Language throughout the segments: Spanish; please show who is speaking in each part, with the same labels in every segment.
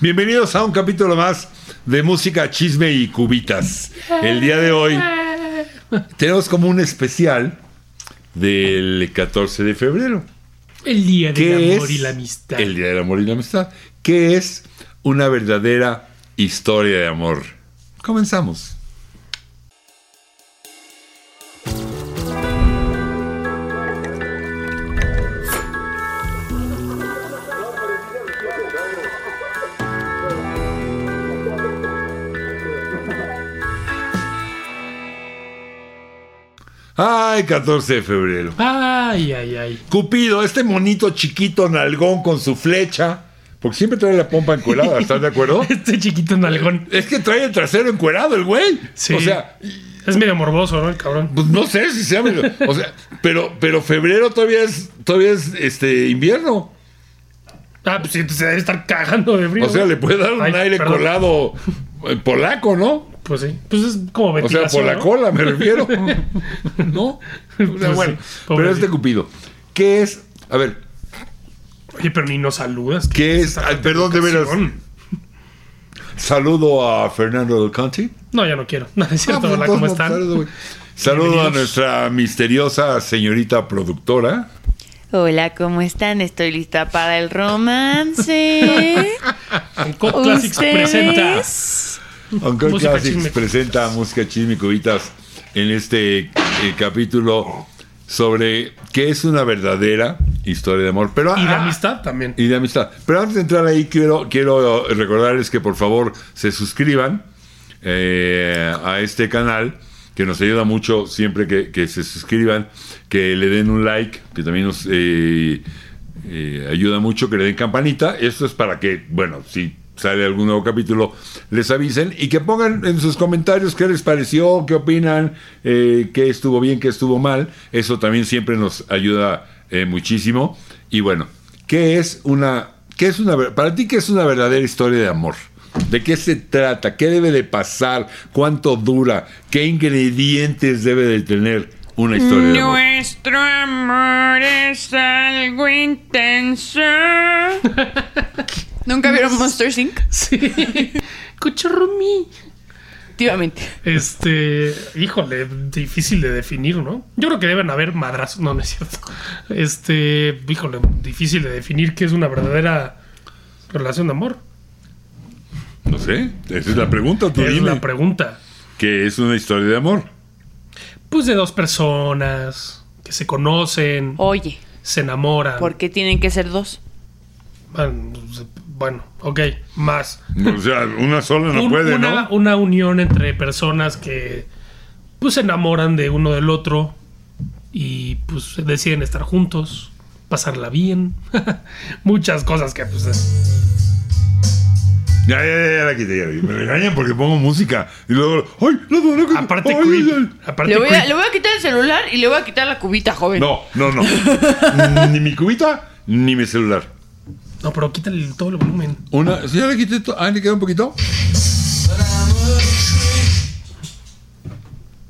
Speaker 1: Bienvenidos a un capítulo más de música, chisme y cubitas. El día de hoy tenemos como un especial del 14 de febrero.
Speaker 2: El día del
Speaker 1: que
Speaker 2: amor
Speaker 1: es
Speaker 2: y la amistad.
Speaker 1: El Día del Amor y la Amistad, que es una verdadera historia de amor. Comenzamos. Ay, 14 de febrero.
Speaker 2: Ay, ay, ay.
Speaker 1: Cupido, este monito chiquito nalgón con su flecha, porque siempre trae la pompa encuerada, ¿estás de acuerdo?
Speaker 2: Este chiquito nalgón.
Speaker 1: Es que trae el trasero encuerado el güey.
Speaker 2: Sí.
Speaker 1: O sea,
Speaker 2: Es medio morboso, ¿no? El cabrón.
Speaker 1: pues no sé si sea, medio- o sea, pero pero febrero todavía es todavía es este invierno.
Speaker 2: Ah, pues entonces se debe estar cagando de frío.
Speaker 1: O sea,
Speaker 2: güey.
Speaker 1: le puede dar un
Speaker 2: Ay,
Speaker 1: aire
Speaker 2: perdón.
Speaker 1: colado eh, polaco, ¿no?
Speaker 2: Pues sí. Pues es como
Speaker 1: O sea, por
Speaker 2: ventilación,
Speaker 1: la
Speaker 2: ¿no?
Speaker 1: cola me refiero. ¿No? O sea,
Speaker 2: Pues
Speaker 1: bueno,
Speaker 2: sí,
Speaker 1: pero
Speaker 2: pobrecito.
Speaker 1: este Cupido, ¿qué es? A ver,
Speaker 2: Oye, pero ni nos saludas.
Speaker 1: ¿qué es? Ay, perdón, de veras.
Speaker 2: educación.
Speaker 1: Saludo a Fernando del Conti.
Speaker 2: No, ya no quiero. No, es
Speaker 1: Ah,
Speaker 2: cierto.
Speaker 1: pues,
Speaker 2: Hola,
Speaker 1: entonces,
Speaker 2: ¿cómo
Speaker 1: no,
Speaker 2: están?
Speaker 1: saludo, güey. Saludo a
Speaker 2: Bienvenidos.
Speaker 1: nuestra misteriosa señorita productora.
Speaker 3: Hola, ¿cómo están? Estoy lista para el romance.
Speaker 2: En Cod Classics presenta.
Speaker 3: Ustedes.
Speaker 1: Uncle
Speaker 2: Música
Speaker 1: Classics
Speaker 2: Chisme
Speaker 1: presenta música chisme y cubitas en este eh, capítulo sobre qué es una verdadera historia de amor. Pero,
Speaker 2: Y de
Speaker 1: ah,
Speaker 2: amistad también.
Speaker 1: y de amistad. Pero antes de entrar ahí, quiero, quiero recordarles que por favor se suscriban eh, a este canal, que nos ayuda mucho siempre que, que se suscriban, que le den un like, que también nos eh, eh, ayuda mucho, que le den campanita. Esto es para que, bueno, si sale algún nuevo capítulo, les avisen y que pongan en sus comentarios qué les pareció, qué opinan, eh, qué estuvo bien, qué estuvo mal. Eso también siempre nos ayuda eh, muchísimo. Y bueno, ¿Qué es una, qué es una, ver- para ti qué es una verdadera historia de amor? ¿De qué se trata? ¿Qué debe de pasar? ¿Cuánto dura? ¿Qué ingredientes debe de tener una historia de amor?
Speaker 3: Nuestro amor es algo intenso. ¿Nunca vieron Monsters Inc?
Speaker 2: Sí. Cuchurrumi.
Speaker 3: Efectivamente.
Speaker 2: Este, híjole, difícil de definir, ¿no? Yo creo que deben haber madrazos, no, no es cierto. Este, híjole, difícil de definir qué es una verdadera relación de amor.
Speaker 1: No sé, esa es la pregunta, tú
Speaker 2: es
Speaker 1: dime.
Speaker 2: la pregunta.
Speaker 1: ¿Qué es una historia de amor?
Speaker 2: Pues de dos personas que se conocen,
Speaker 3: Oye,
Speaker 2: se enamoran.
Speaker 3: ¿por qué tienen que ser dos?
Speaker 2: Bueno, pues, bueno, ok, más.
Speaker 1: O sea, una sola no
Speaker 2: Un-
Speaker 1: puede,
Speaker 2: una,
Speaker 1: ¿no?
Speaker 2: una unión entre personas que pues se enamoran de uno del otro y pues deciden estar juntos, pasarla bien, muchas cosas que pues es-
Speaker 1: Ya, ya, ya, ya la quité, ya. Me regañan porque pongo música. Y luego, ¡ay! No, no, no, no,
Speaker 2: aparte
Speaker 1: ay,
Speaker 2: creep,
Speaker 1: ay, ay.
Speaker 2: aparte
Speaker 3: Le voy, a,
Speaker 2: creep.
Speaker 3: le voy a quitar el celular y le voy a quitar la cubita, joven.
Speaker 1: No, no, no. ni mi cubita, ni mi celular.
Speaker 2: No, pero quítale todo el volumen.
Speaker 1: Una, ¿sí ya le quité to- Ah, le queda un poquito.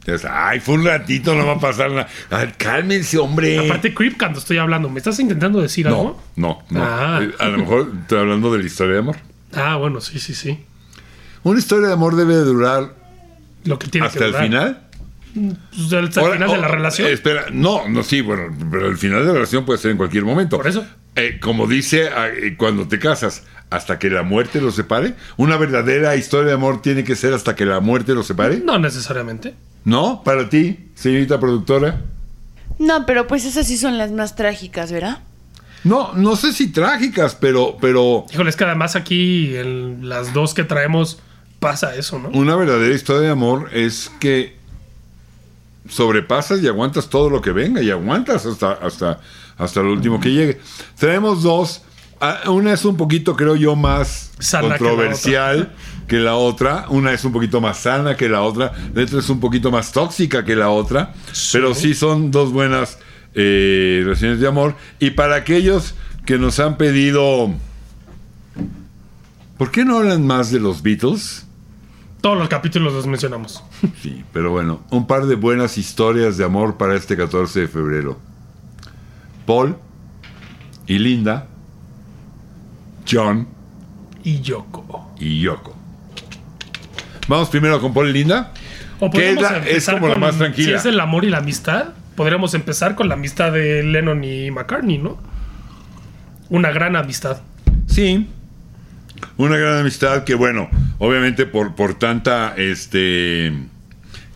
Speaker 1: Ya está. Ay, fue un ratito, no va a pasar nada. Ay, cálmense, hombre.
Speaker 2: Aparte creep cuando estoy hablando, ¿me estás intentando decir
Speaker 1: Eh. no,
Speaker 2: algo?
Speaker 1: no, no.
Speaker 2: Ah.
Speaker 1: Eh, A lo mejor estoy hablando de la historia de amor.
Speaker 2: Ah, bueno, sí, sí, sí.
Speaker 1: Una historia de amor debe durar
Speaker 2: Lo que tiene
Speaker 1: hasta
Speaker 2: que
Speaker 1: el
Speaker 2: durar.
Speaker 1: final.
Speaker 2: Pues, hasta el
Speaker 1: Ahora,
Speaker 2: final de la
Speaker 1: oh,
Speaker 2: relación.
Speaker 1: Espera, no, no, sí, bueno, pero el final de la relación puede ser en cualquier momento.
Speaker 2: Por eso.
Speaker 1: Eh, como dice eh, cuando te casas, hasta que la muerte los separe. Una verdadera historia de amor tiene que ser hasta que la muerte los separe.
Speaker 2: No necesariamente.
Speaker 1: ¿No? Para ti, señorita productora.
Speaker 3: No, pero pues esas sí son las más trágicas, ¿verdad?
Speaker 1: No, no sé si trágicas, pero, pero
Speaker 2: Híjole, es que además aquí en las dos que traemos pasa eso, ¿no?
Speaker 1: una verdadera historia de amor es que sobrepasas y aguantas todo lo que venga y aguantas hasta, hasta, hasta lo último que llegue. Tenemos dos. Ah, Una es un poquito, creo yo, más
Speaker 2: Sana que la
Speaker 1: controversial que la otra. Una es un poquito más sana que la otra. La otra es un poquito más tóxica que la otra. Pero sí son dos buenas eh, relaciones de amor. Y para aquellos que nos han pedido... ¿Por qué no hablan más de los Beatles?
Speaker 2: Todos los capítulos los mencionamos.
Speaker 1: Sí, pero bueno, un par de buenas historias de amor para este 14 de febrero. Paul y Linda, John
Speaker 2: y Yoko.
Speaker 1: y Yoko. Vamos primero con Paul Linda.
Speaker 2: O
Speaker 1: Que es
Speaker 2: podemos
Speaker 1: la- es
Speaker 2: empezar
Speaker 1: como la
Speaker 2: con-
Speaker 1: más tranquila.
Speaker 2: Si es el amor y la amistad, podríamos empezar con la amistad de Lennon y McCartney, ¿no? Una gran amistad.
Speaker 1: Sí. Una gran amistad que, bueno, obviamente por, por tanta este,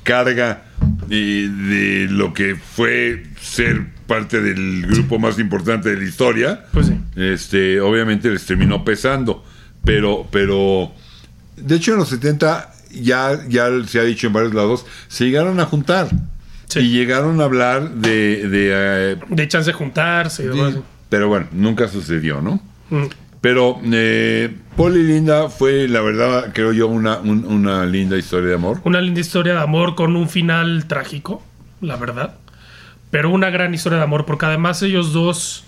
Speaker 1: carga eh, de lo que fue ser parte del grupo más importante de la historia,
Speaker 2: Pues sí.
Speaker 1: este, obviamente les terminó pesando. Pero, pero, de hecho en los 70 ya, ya se ha dicho en varios lados, se llegaron a juntar.
Speaker 2: Sí.
Speaker 1: Y llegaron a hablar de... de, eh,
Speaker 2: De chance de juntarse y demás.
Speaker 1: de- pero bueno, nunca sucedió, ¿no?
Speaker 2: Mm.
Speaker 1: Pero eh, Paul y Linda fue, la verdad, creo yo, una, un- una linda historia de amor.
Speaker 2: Una linda historia de amor con un final trágico, la verdad. Pero una gran historia de amor, porque además ellos dos,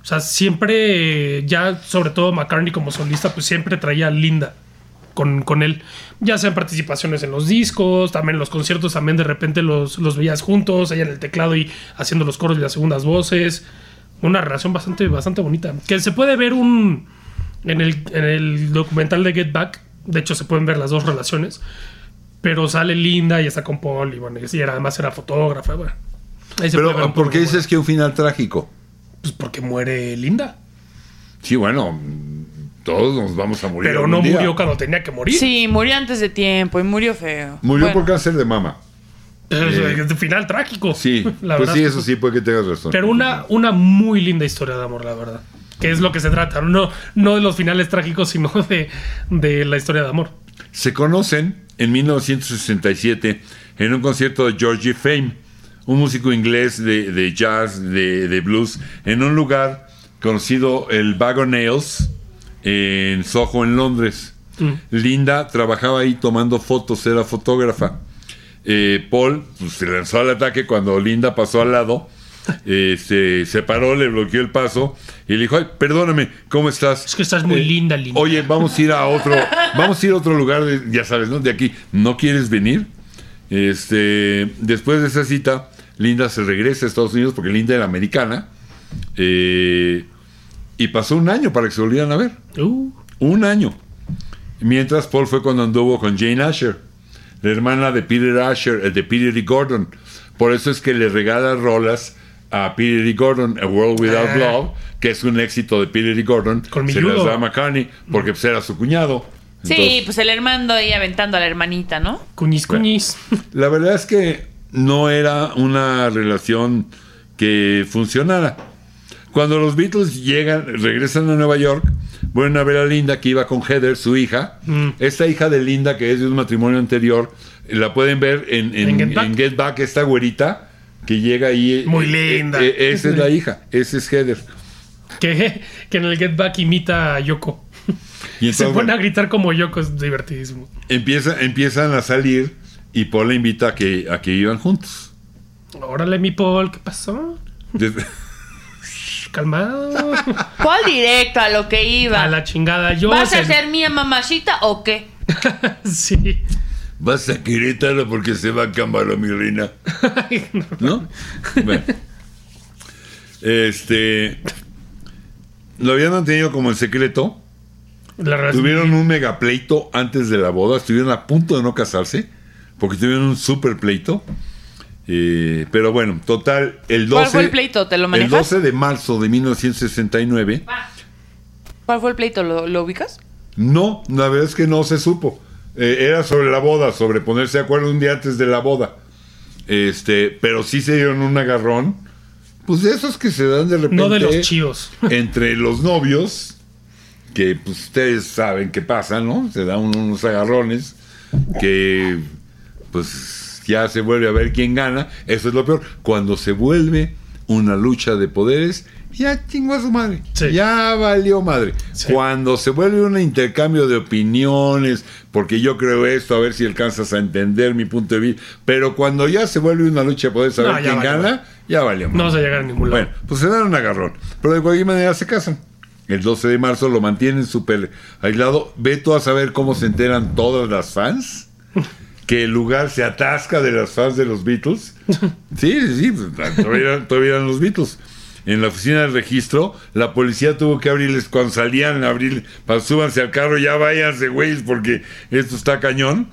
Speaker 2: o sea, siempre, eh, ya sobre todo McCartney como solista, pues siempre traía a Linda con, con él. Ya sean participaciones en los discos, también en los conciertos, también de repente los, los veías juntos, ella en el teclado y haciendo los coros y las segundas voces. Una relación bastante, bastante bonita. Que se puede ver un... En el, en el documental de Get Back, de hecho se pueden ver las dos relaciones, pero sale linda y está con Paul y bueno, y sí, era- además era fotógrafa, bueno. Ahí se puede ver
Speaker 1: Pero,
Speaker 2: un
Speaker 1: ¿por
Speaker 2: poco
Speaker 1: qué
Speaker 2: cómo
Speaker 1: dices que un final trágico?
Speaker 2: era. Pues porque muere linda,
Speaker 1: Sí, bueno, todos nos vamos a morir.
Speaker 2: pero
Speaker 1: algún
Speaker 2: no
Speaker 1: día.
Speaker 2: murió cuando tenía que morir.
Speaker 3: Sí, murió antes de tiempo y murió feo.
Speaker 1: Murió
Speaker 3: Bueno,
Speaker 1: por cáncer de mama.
Speaker 2: Es
Speaker 1: Eh.
Speaker 2: un final trágico.
Speaker 1: Sí,
Speaker 2: la
Speaker 1: pues
Speaker 2: verdad.
Speaker 1: sí, eso sí, puede que tengas razón.
Speaker 2: Pero una, una muy linda historia de amor, la verdad. Que es lo que se trata. No, no de los finales trágicos, sino de, de la historia de amor.
Speaker 1: Se conocen en 1967 en un concierto de Georgie Fame, un músico inglés de, de jazz, de, de blues, en un lugar conocido el Bago Nails, en Soho, en Londres.
Speaker 2: Mm.
Speaker 1: Linda trabajaba ahí tomando fotos, era fotógrafa. Eh, Paul pues, se lanzó al ataque cuando Linda pasó al lado. eh, se, se paró, le bloqueó el paso y le dijo, "Ay, perdóname, ¿cómo estás? Eh,
Speaker 2: Es que estás muy linda, linda.
Speaker 1: Oye, vamos a ir a otro, vamos a ir a otro lugar, de- ya sabes, ¿no? De aquí, ¿no quieres venir? Este, después de esa cita, Linda se regresa a Estados Unidos porque Linda era americana. eh, y pasó un año para que se volvieran a ver.
Speaker 2: Uh,
Speaker 1: Un año. Mientras Paul fue cuando anduvo con Jane Asher, la hermana de Peter Asher, eh, de Peter y Gordon. Por eso es que le regala rolas a Peter y Gordon, A World Without
Speaker 2: Ah.
Speaker 1: Love, que es un éxito de Peter y Gordon.
Speaker 2: Con mi
Speaker 1: se
Speaker 2: yugo.
Speaker 1: las da a McCartney, porque pues, era su cuñado.
Speaker 3: Sí,
Speaker 1: Entonces,
Speaker 3: pues el hermano ahí aventando a la hermanita, ¿no?
Speaker 2: cuñis, cuñis.
Speaker 1: La verdad es que no era una relación que funcionara. Cuando los Beatles llegan, regresan a Nueva York, vuelven a ver a Linda que iba con Heather, su hija.
Speaker 2: Mm.
Speaker 1: Esta hija de Linda, que es de un matrimonio anterior, la pueden ver en, en-
Speaker 2: En Get Back.
Speaker 1: en Get Back, esta güerita que llega ahí.
Speaker 2: Muy
Speaker 1: Eh,
Speaker 2: linda.
Speaker 1: eh, eh, esa es la hija, ese es Heather.
Speaker 2: Que, que en el Get Back imita a Yoko.
Speaker 1: Y
Speaker 2: Se
Speaker 1: entonces,
Speaker 2: pone a gritar como Yoko, es divertidísimo.
Speaker 1: empieza- empiezan a salir y Paul la invita a que, a que iban juntos.
Speaker 2: Órale, mi Paul, ¿qué pasó?
Speaker 1: Desde-
Speaker 2: Shh, Calmado.
Speaker 3: ¿Cuál directo a lo que iba?
Speaker 2: a la chingada. Yo
Speaker 3: ¿Vas a
Speaker 2: se-
Speaker 3: ser mía mamachita o qué?
Speaker 2: Sí.
Speaker 1: Vas a Querétaro porque se va a Cámara, mi reina. ¿No? Bueno. Este. Lo habían mantenido como en secreto.
Speaker 2: La verdad es-
Speaker 1: Tuvieron un mega pleito antes de la boda. Estuvieron a punto de no casarse. Porque tuvieron un super pleito. Eh, pero bueno, total, el 12.
Speaker 3: ¿Cuál fue el pleito? ¿Te lo
Speaker 1: El
Speaker 3: manejas?
Speaker 1: 12 de marzo de 1969.
Speaker 3: ¿Cuál fue el pleito? ¿Lo, lo ubicas?
Speaker 1: No, la verdad es que no se supo. Eh, era sobre la boda, sobre ponerse de acuerdo un día antes de la boda. Este, pero sí se dieron un agarrón. Pues de esos que se dan de repente.
Speaker 2: No de los chidos.
Speaker 1: Entre los novios, que pues ustedes saben qué pasa, ¿no? Se dan unos agarrones que pues ya se vuelve a ver quién gana. Eso es lo peor. Cuando se vuelve una lucha de poderes, ya chingó a su madre.
Speaker 2: Sí.
Speaker 1: Ya valió madre.
Speaker 2: Sí.
Speaker 1: Cuando se vuelve un intercambio de opiniones, porque yo creo esto, a ver si alcanzas a entender mi punto de vista. Pero cuando ya se vuelve una lucha de poderes, a
Speaker 2: No,
Speaker 1: ver
Speaker 2: ya
Speaker 1: quién
Speaker 2: valió
Speaker 1: gana, ya valió madre.
Speaker 2: No vas a llegar a ningún lado.
Speaker 1: Bueno, pues se dan un agarrón. Pero de cualquier manera se casan. El 12 de marzo lo mantienen súper aislado. Ve tú a saber cómo se enteran todas las fans. Que el lugar se ah, atasca de las fans de los Beatles. Sí, sí, sí. pues, Todavía, eran- todavía eran los Beatles. en la oficina del registro, la policía tuvo que abrirles cuando salían, abrir, pa- súbanse al carro, ya váyanse, güeyes, porque esto está cañón.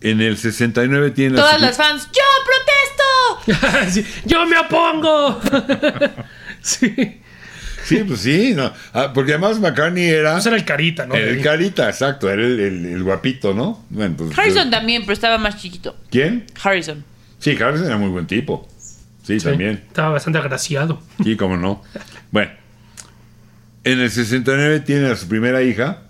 Speaker 1: En el 69 tienen la
Speaker 3: Todas
Speaker 1: secre-
Speaker 3: las fans, ¡yo protesto!
Speaker 2: Sí, ¡Yo me opongo! sí.
Speaker 1: Sí, pues sí, no. Ah, porque además McCartney era
Speaker 2: Pues era el carita, ¿no?
Speaker 1: el carita, exacto, era el, el- el guapito, ¿no? Bueno, pues,
Speaker 3: Harrison también, pero estaba más chiquito.
Speaker 1: ¿Quién?
Speaker 3: Harrison.
Speaker 1: Sí, Harrison era muy buen tipo. Sí,
Speaker 2: Sí,
Speaker 1: también.
Speaker 2: Estaba bastante agraciado.
Speaker 1: Sí, cómo no. Bueno, en el 69 tiene a su primera hija,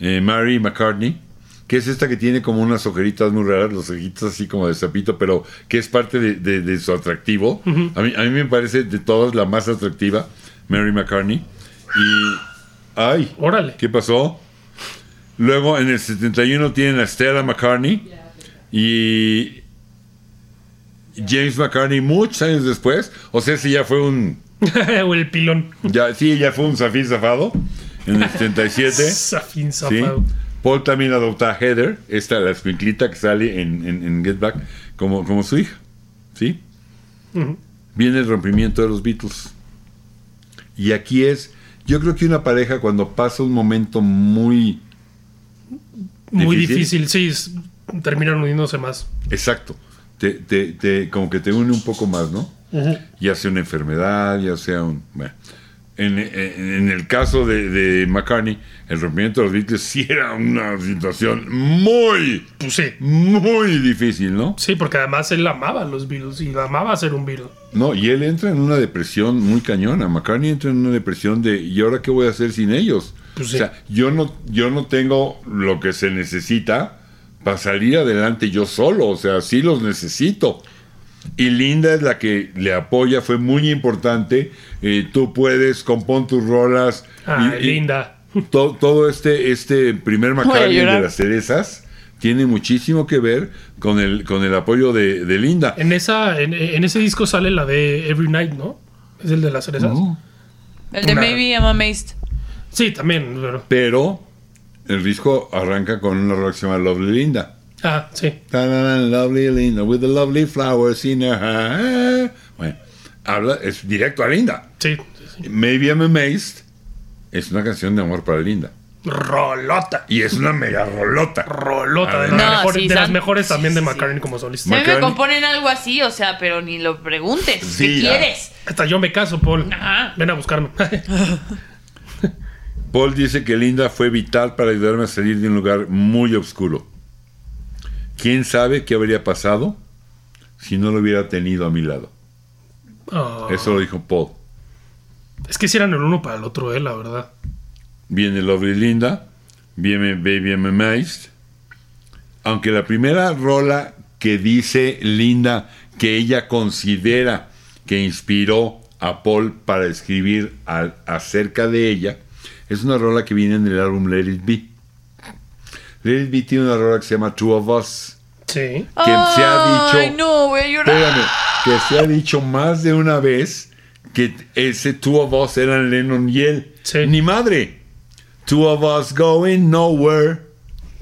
Speaker 1: eh, Mary McCartney, que es esta que tiene como unas ojeritas muy raras, los ojitos así como de sapito, pero que es parte de, de- de su atractivo. a, mí, a mí me parece de todas la más atractiva, Mary McCartney. Y. ¡Ay!
Speaker 2: Órale.
Speaker 1: ¿Qué pasó? Luego en el 71 tienen a Stella McCartney y James McCartney muchos años después. O sea, si ya fue un.
Speaker 2: o el pilón.
Speaker 1: Ya, sí, ya fue un zafín zafado en el 77.
Speaker 2: Zafín
Speaker 1: ¿sí?
Speaker 2: zafado.
Speaker 1: Paul también adopta a Heather, esta la escuinclita que sale en, en- en Get Back, como, como su hija. ¿sí?
Speaker 2: Ujú.
Speaker 1: Viene el rompimiento de los Beatles. Y aquí es, yo creo que una pareja cuando pasa un momento muy
Speaker 2: Muy
Speaker 1: Difícil.
Speaker 2: difícil, sí. es- Terminaron uniéndose más.
Speaker 1: Exacto. Te, te- te- como que te une un poco más, ¿no? Ya sea una enfermedad, ya sea un... bueno. En, en- en el caso de, de McCartney, el rompimiento de los Beatles sí era una situación muy,
Speaker 2: Pues sí.
Speaker 1: muy difícil, ¿no?
Speaker 2: Sí, porque además él amaba a los virus y amaba ser un virus.
Speaker 1: No, y él entra en una depresión muy cañona. McCartney entra en una depresión de ¿y ahora qué voy a hacer sin ellos?
Speaker 2: Pues sí.
Speaker 1: o sea, yo no, yo no tengo lo que se necesita para salir adelante yo solo. O sea, sí los necesito. Y Linda es la que le apoya, fue muy importante. Eh, tú puedes, compón tus rolas.
Speaker 2: Ah,
Speaker 1: Y- y
Speaker 2: linda.
Speaker 1: to- todo este, este primer McCartney de
Speaker 3: llorar.
Speaker 1: las cerezas tiene muchísimo que ver con el, con el apoyo de, de Linda.
Speaker 2: En, esa, en, en ese disco sale la de Every Night, ¿no? Es el de las cerezas.
Speaker 3: El de
Speaker 2: Una-
Speaker 3: Maybe I'm Amazed.
Speaker 2: Sí, también. Pero,
Speaker 1: Pero el disco arranca con una rola que se llama Lovely Linda.
Speaker 2: ah, sí.
Speaker 1: Ta-da-da, Lovely Linda, with the lovely flowers in her hair. Bueno, habla, es directo a Linda.
Speaker 2: Sí. sí, sí.
Speaker 1: Maybe I'm Amazed es una canción de amor para Linda.
Speaker 2: Rolota.
Speaker 1: Y es una mega rolota.
Speaker 2: Rolota. De,
Speaker 1: Además.
Speaker 2: las
Speaker 3: No,
Speaker 2: mejores-
Speaker 3: sí,
Speaker 2: de las
Speaker 3: San-
Speaker 2: mejores también de
Speaker 3: sí, sí.
Speaker 2: McCartney como solista.
Speaker 3: Si a mí me
Speaker 1: McCartney.
Speaker 3: componen algo así, o sea, pero ni lo preguntes.
Speaker 1: Sí,
Speaker 3: ¿Qué
Speaker 1: ya.
Speaker 3: quieres?
Speaker 2: Hasta yo me caso, Paul.
Speaker 3: Ajá.
Speaker 2: Ven a buscarme.
Speaker 1: Paul dice que Linda fue vital para ayudarme a salir de un lugar muy oscuro. ¿Quién sabe qué habría pasado si no lo hubiera tenido a mi lado?
Speaker 2: Ah.
Speaker 1: Eso lo dijo Paul.
Speaker 2: Es que si eran el uno para el otro, eh, la verdad.
Speaker 1: viene Lovely Linda, viene Baby I'm Amazed. Aunque la primera rola que dice Linda que ella considera que inspiró a Paul para escribir al- acerca de ella, es una rola que viene en el álbum Let It Be. Let It Be tiene una rola que se llama Two of Us.
Speaker 2: Sí.
Speaker 1: Que se ha dicho-
Speaker 3: Ay, no, voy a llorar.
Speaker 1: Espérame, que se ha dicho más de una vez que ese Two of Us eran Lennon y él.
Speaker 2: Sí.
Speaker 1: Ni madre. Two of Us going nowhere.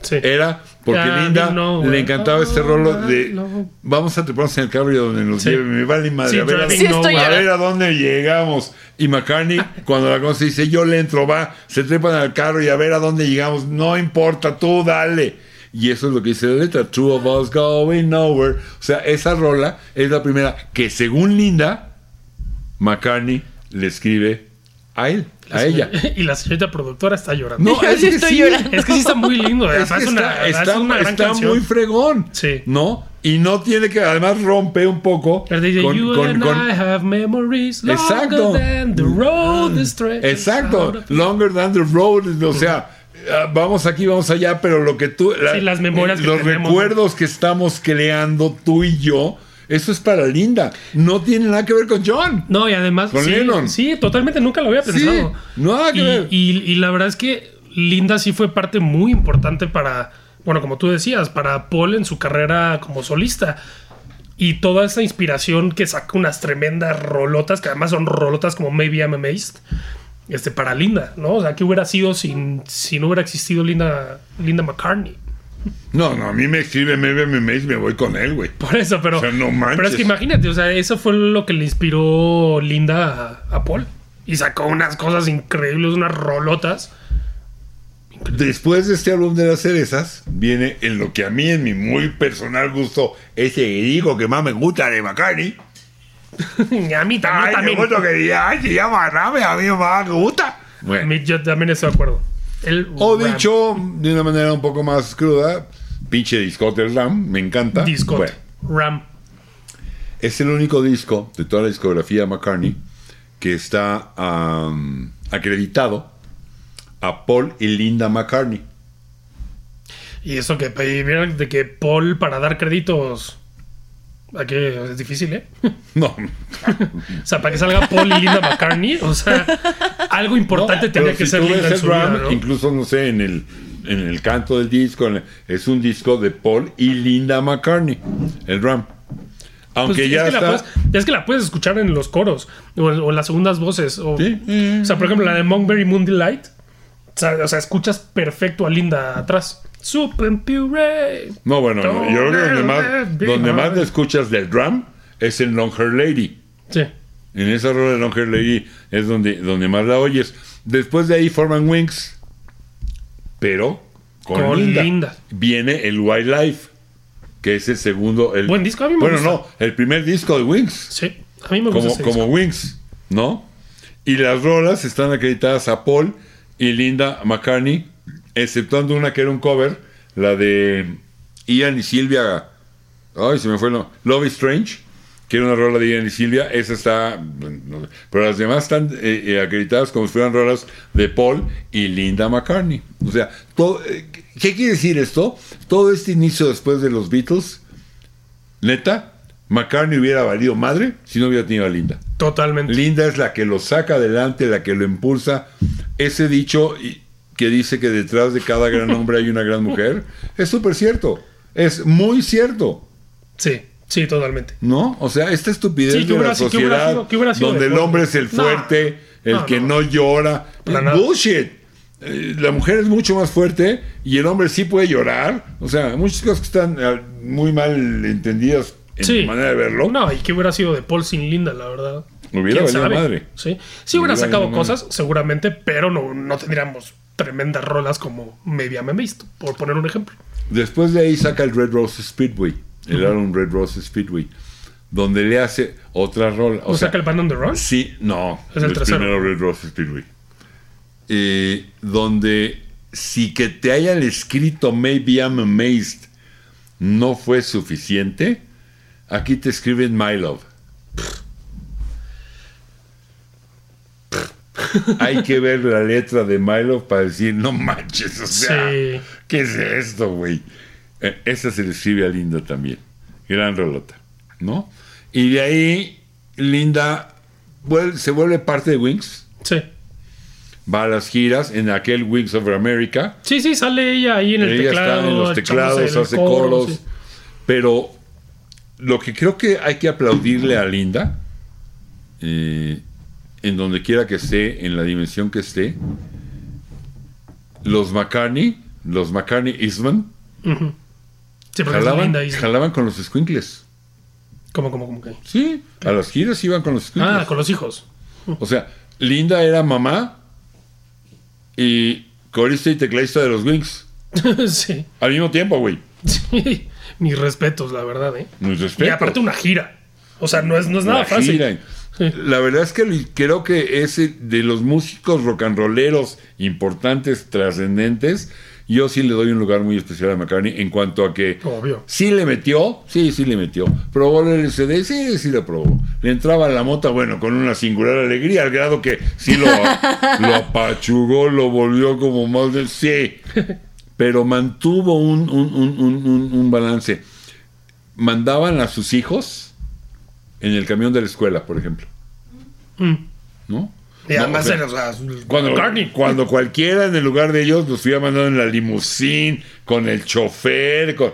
Speaker 2: Sí.
Speaker 1: Era porque
Speaker 2: Ah,
Speaker 1: Linda
Speaker 2: you know
Speaker 1: le
Speaker 2: where.
Speaker 1: encantaba este
Speaker 2: Oh,
Speaker 1: rolo
Speaker 2: I
Speaker 1: de
Speaker 2: love-
Speaker 1: vamos a treparnos en el carro y a donde nos
Speaker 2: Sí.
Speaker 1: lleve. Me vale madre.
Speaker 2: Sí,
Speaker 1: a, ver, a
Speaker 2: driving
Speaker 1: dónde-
Speaker 3: Sí, estoy
Speaker 1: a
Speaker 2: nowhere.
Speaker 1: ver a dónde llegamos. Y McCartney, cuando la cosa dice yo le entro, va, se trepan al carro y a ver a dónde llegamos. No importa, tú dale. Y eso es lo que dice la letra. Two of us going nowhere. O sea, esa rola es la primera que, según Linda, McCartney le escribe a él, a ella.
Speaker 2: Y la señorita productora está llorando.
Speaker 1: No, es
Speaker 3: Yo
Speaker 1: que
Speaker 3: estoy
Speaker 1: sí,
Speaker 3: llorando.
Speaker 2: Es que sí está muy lindo. eh.
Speaker 1: Es que
Speaker 2: Además, una-
Speaker 1: está,
Speaker 2: además
Speaker 1: está-
Speaker 2: es una gran
Speaker 1: está
Speaker 2: canción.
Speaker 1: muy fregón.
Speaker 2: Sí.
Speaker 1: ¿No? Y no tiene que. Además, rompe un poco.
Speaker 2: Pero dice, "You and I have memories longer
Speaker 1: Exacto.
Speaker 2: than the road stretches out
Speaker 1: exacto.
Speaker 2: of-"
Speaker 1: Longer than the road. O sea, ah, vamos aquí, vamos allá, pero lo que tú. la- eh,
Speaker 2: Sí, las memorias que
Speaker 1: Los
Speaker 2: tenemos.
Speaker 1: recuerdos que estamos creando tú y yo. Eso es para Linda. No tiene nada que ver con John.
Speaker 2: No, y además.
Speaker 1: Con
Speaker 2: sí,
Speaker 1: Lennon.
Speaker 2: sí, totalmente nunca lo había
Speaker 1: Sí,
Speaker 2: pensado.
Speaker 1: nada que
Speaker 2: y,
Speaker 1: ver.
Speaker 2: y- y la verdad es que Linda sí fue parte muy importante para. Bueno, como tú decías, para Paul en su carrera como solista. Y toda esa inspiración que sacó unas tremendas rolotas, que además son rolotas como Maybe I'm Amazed, este, para Linda, ¿no? O sea, ¿qué hubiera sido sin, si no hubiera existido Linda, Linda McCartney?
Speaker 1: No, no, a mí me escribe, me ve, me me dice, me voy con él, güey.
Speaker 2: Por eso, pero.
Speaker 1: O sea, no manches.
Speaker 2: Pero es que imagínate, o sea, eso fue lo que le inspiró Linda a, a Paul. Y sacó unas cosas increíbles, unas rolotas.
Speaker 1: Después de este álbum de las cerezas, viene en lo que a mí, en mi muy personal gusto, ese digo que más me gusta de Bacani.
Speaker 2: Y a mí también. también.
Speaker 1: que diga, ay, se llama Rame, a mí más me gusta.
Speaker 2: A
Speaker 1: Bueno,
Speaker 2: mí- yo también estoy de acuerdo. El
Speaker 1: o
Speaker 2: Ram-
Speaker 1: dicho Oh, de una manera un poco más cruda, pinche discote del Ram, me encanta.
Speaker 2: Disco.
Speaker 1: Bueno,
Speaker 2: Ram.
Speaker 1: es el único disco de toda la discografía de McCartney que está am, acreditado a Paul y Linda McCartney.
Speaker 2: Y eso que pues, vieron de que Paul, para dar créditos. Aquí es difícil, ¿eh?
Speaker 1: No,
Speaker 2: O sea, para que salga Paul y Linda McCartney, o sea, algo importante
Speaker 1: No,
Speaker 2: tenía
Speaker 1: pero
Speaker 2: que
Speaker 1: si
Speaker 2: ser
Speaker 1: tú
Speaker 2: Linda
Speaker 1: ves
Speaker 2: en
Speaker 1: el
Speaker 2: su vida,
Speaker 1: Ram,
Speaker 2: ¿no?
Speaker 1: Incluso, no sé, en el, en el canto del disco, en el- es un disco de Paul y Linda McCartney, el Ram.
Speaker 2: Pues
Speaker 1: Aunque
Speaker 2: sí,
Speaker 1: ya
Speaker 2: es que
Speaker 1: está.
Speaker 2: la puedes, es que la puedes escuchar en los coros o, en- o en las segundas voces. O,
Speaker 1: Sí.
Speaker 2: o sea, por ejemplo, la de Monkberry Moon Delight. o sea- O sea, escuchas perfecto a Linda atrás. Super Puree.
Speaker 1: No, bueno, yo creo que donde más, donde más le escuchas del Ram es en Long Hair Lady.
Speaker 2: Sí.
Speaker 1: En esa rola de Long Hair Lady es donde, donde más la oyes. Después de ahí forman Wings, pero con,
Speaker 2: Con
Speaker 1: Linda.
Speaker 2: Linda.
Speaker 1: Viene el Wildlife, que es el segundo. El,
Speaker 2: Buen disco, a mí me
Speaker 1: Bueno,
Speaker 2: gusta.
Speaker 1: no, el primer disco de Wings.
Speaker 2: Sí. A mí
Speaker 1: como,
Speaker 2: me gusta. Pues ese
Speaker 1: como
Speaker 2: disco.
Speaker 1: Wings, ¿no? Y las rolas están acreditadas a Paul y Linda McCartney, exceptuando una que era un cover, la de Ian y Silvia. Ay, se me fue el nombre. Love is Strange, que era una rola de Ian y Silvia. Esa está. no sé. pero las demás están eh, eh, acreditadas como si fueran rolas de Paul y Linda McCartney. O sea, todo, eh, ¿qué quiere decir esto? Todo este inicio después de los Beatles Neta, McCartney hubiera valido madre si no hubiera tenido a Linda.
Speaker 2: Totalmente.
Speaker 1: Linda es la que lo saca adelante, la que lo impulsa. Ese dicho y- que dice que detrás de cada gran hombre hay una gran mujer, es súper cierto. Es muy cierto,
Speaker 2: sí, sí, totalmente.
Speaker 1: ¿no? O sea, esta estupidez
Speaker 2: Sí, que
Speaker 1: de
Speaker 2: hubiera
Speaker 1: la
Speaker 2: sido- que
Speaker 1: sociedad
Speaker 2: hubiera sido- que hubiera sido
Speaker 1: donde
Speaker 2: de
Speaker 1: el
Speaker 2: fuerte.
Speaker 1: hombre es el
Speaker 2: No.
Speaker 1: fuerte, el
Speaker 2: No,
Speaker 1: que
Speaker 2: no.
Speaker 1: no, llora.
Speaker 2: Para nada.
Speaker 1: Bullshit. Eh, La mujer es mucho más fuerte y el hombre sí puede llorar. O sea, muchas cosas que están eh, muy mal entendidas en
Speaker 2: sí.
Speaker 1: mi manera de verlo.
Speaker 2: No, y que hubiera sido de Paul sin Linda, la verdad.
Speaker 1: Hubiera
Speaker 2: ¿Quién
Speaker 1: valido
Speaker 2: sabe?
Speaker 1: madre.
Speaker 2: Sí, sí hubiera
Speaker 1: Hubiera
Speaker 2: sacado
Speaker 1: valido madre.
Speaker 2: cosas, seguramente, pero no, no tendríamos tremendas rolas como Maybe Me Visto, por poner un ejemplo.
Speaker 1: Después de ahí saca el Red Rose Speedway, el álbum Red Rose Speedway, donde le hace otra rola. O
Speaker 2: O
Speaker 1: sea,
Speaker 2: saca el Band on the Run.
Speaker 1: sí, no,
Speaker 2: Es el tercero.
Speaker 1: primero Red Rose Speedway. Eh, donde si que te hayan escrito Maybe I'm Amazed no fue suficiente, aquí te escriben My Love. Hay que ver la letra de My Love para decir, no manches, o sea,
Speaker 2: Sí.
Speaker 1: ¿qué es esto, güey? Eh, esa se le escribe a Linda también. Gran rolota, ¿no? Y de ahí, Linda vuel- se vuelve parte de Wings,
Speaker 2: Sí.
Speaker 1: va a las giras en aquel Wings of America.
Speaker 2: Sí, sí, sale ella ahí en el
Speaker 1: ella
Speaker 2: teclado.
Speaker 1: está en los
Speaker 2: echándose
Speaker 1: teclados,
Speaker 2: el
Speaker 1: hace
Speaker 2: coro,
Speaker 1: coros.
Speaker 2: sí.
Speaker 1: Pero lo que creo que hay que aplaudirle a Linda, eh, en donde quiera que esté, en la dimensión que esté, los McCartney, los McCartney Eastman,
Speaker 2: Ujú. Sí, porque es
Speaker 1: jalaban,
Speaker 2: linda y
Speaker 1: jalaban con los squinkles.
Speaker 2: como, como, como que.
Speaker 1: Sí, a las giras iban con los squinkles.
Speaker 2: Ah, con los hijos.
Speaker 1: O sea, Linda era mamá y corista y tecladista de los Wings.
Speaker 2: sí.
Speaker 1: Al mismo tiempo, güey.
Speaker 2: Sí. Mis respetos, la verdad, ¿eh?
Speaker 1: Mis
Speaker 2: Y
Speaker 1: respetos.
Speaker 2: aparte una gira. O sea, no es, no es nada
Speaker 1: La
Speaker 2: fácil.
Speaker 1: gira.
Speaker 2: Sí.
Speaker 1: La verdad es que li- creo que es de los músicos rock and rolleros importantes, trascendentes. Yo sí le doy un lugar muy especial a McCartney en cuanto a que
Speaker 2: Obvio.
Speaker 1: sí le metió, sí, sí le metió. Probó el LCD, sí, sí lo probó. Le entraba la mota, bueno, con una singular alegría, al grado que sí lo, lo apachugó, lo volvió como más de... Sí, pero mantuvo un, un- un- un- un- un balance. Mandaban a sus hijos en el camión de la escuela, por ejemplo,
Speaker 2: Mm.
Speaker 1: ¿no?
Speaker 2: Y
Speaker 1: No,
Speaker 2: además,
Speaker 1: o sea,
Speaker 2: era, o sea,
Speaker 1: cuando,
Speaker 2: McCartney.
Speaker 1: cuando cualquiera en el lugar de ellos los hubiera mandado en la limusín, con el chofer, con,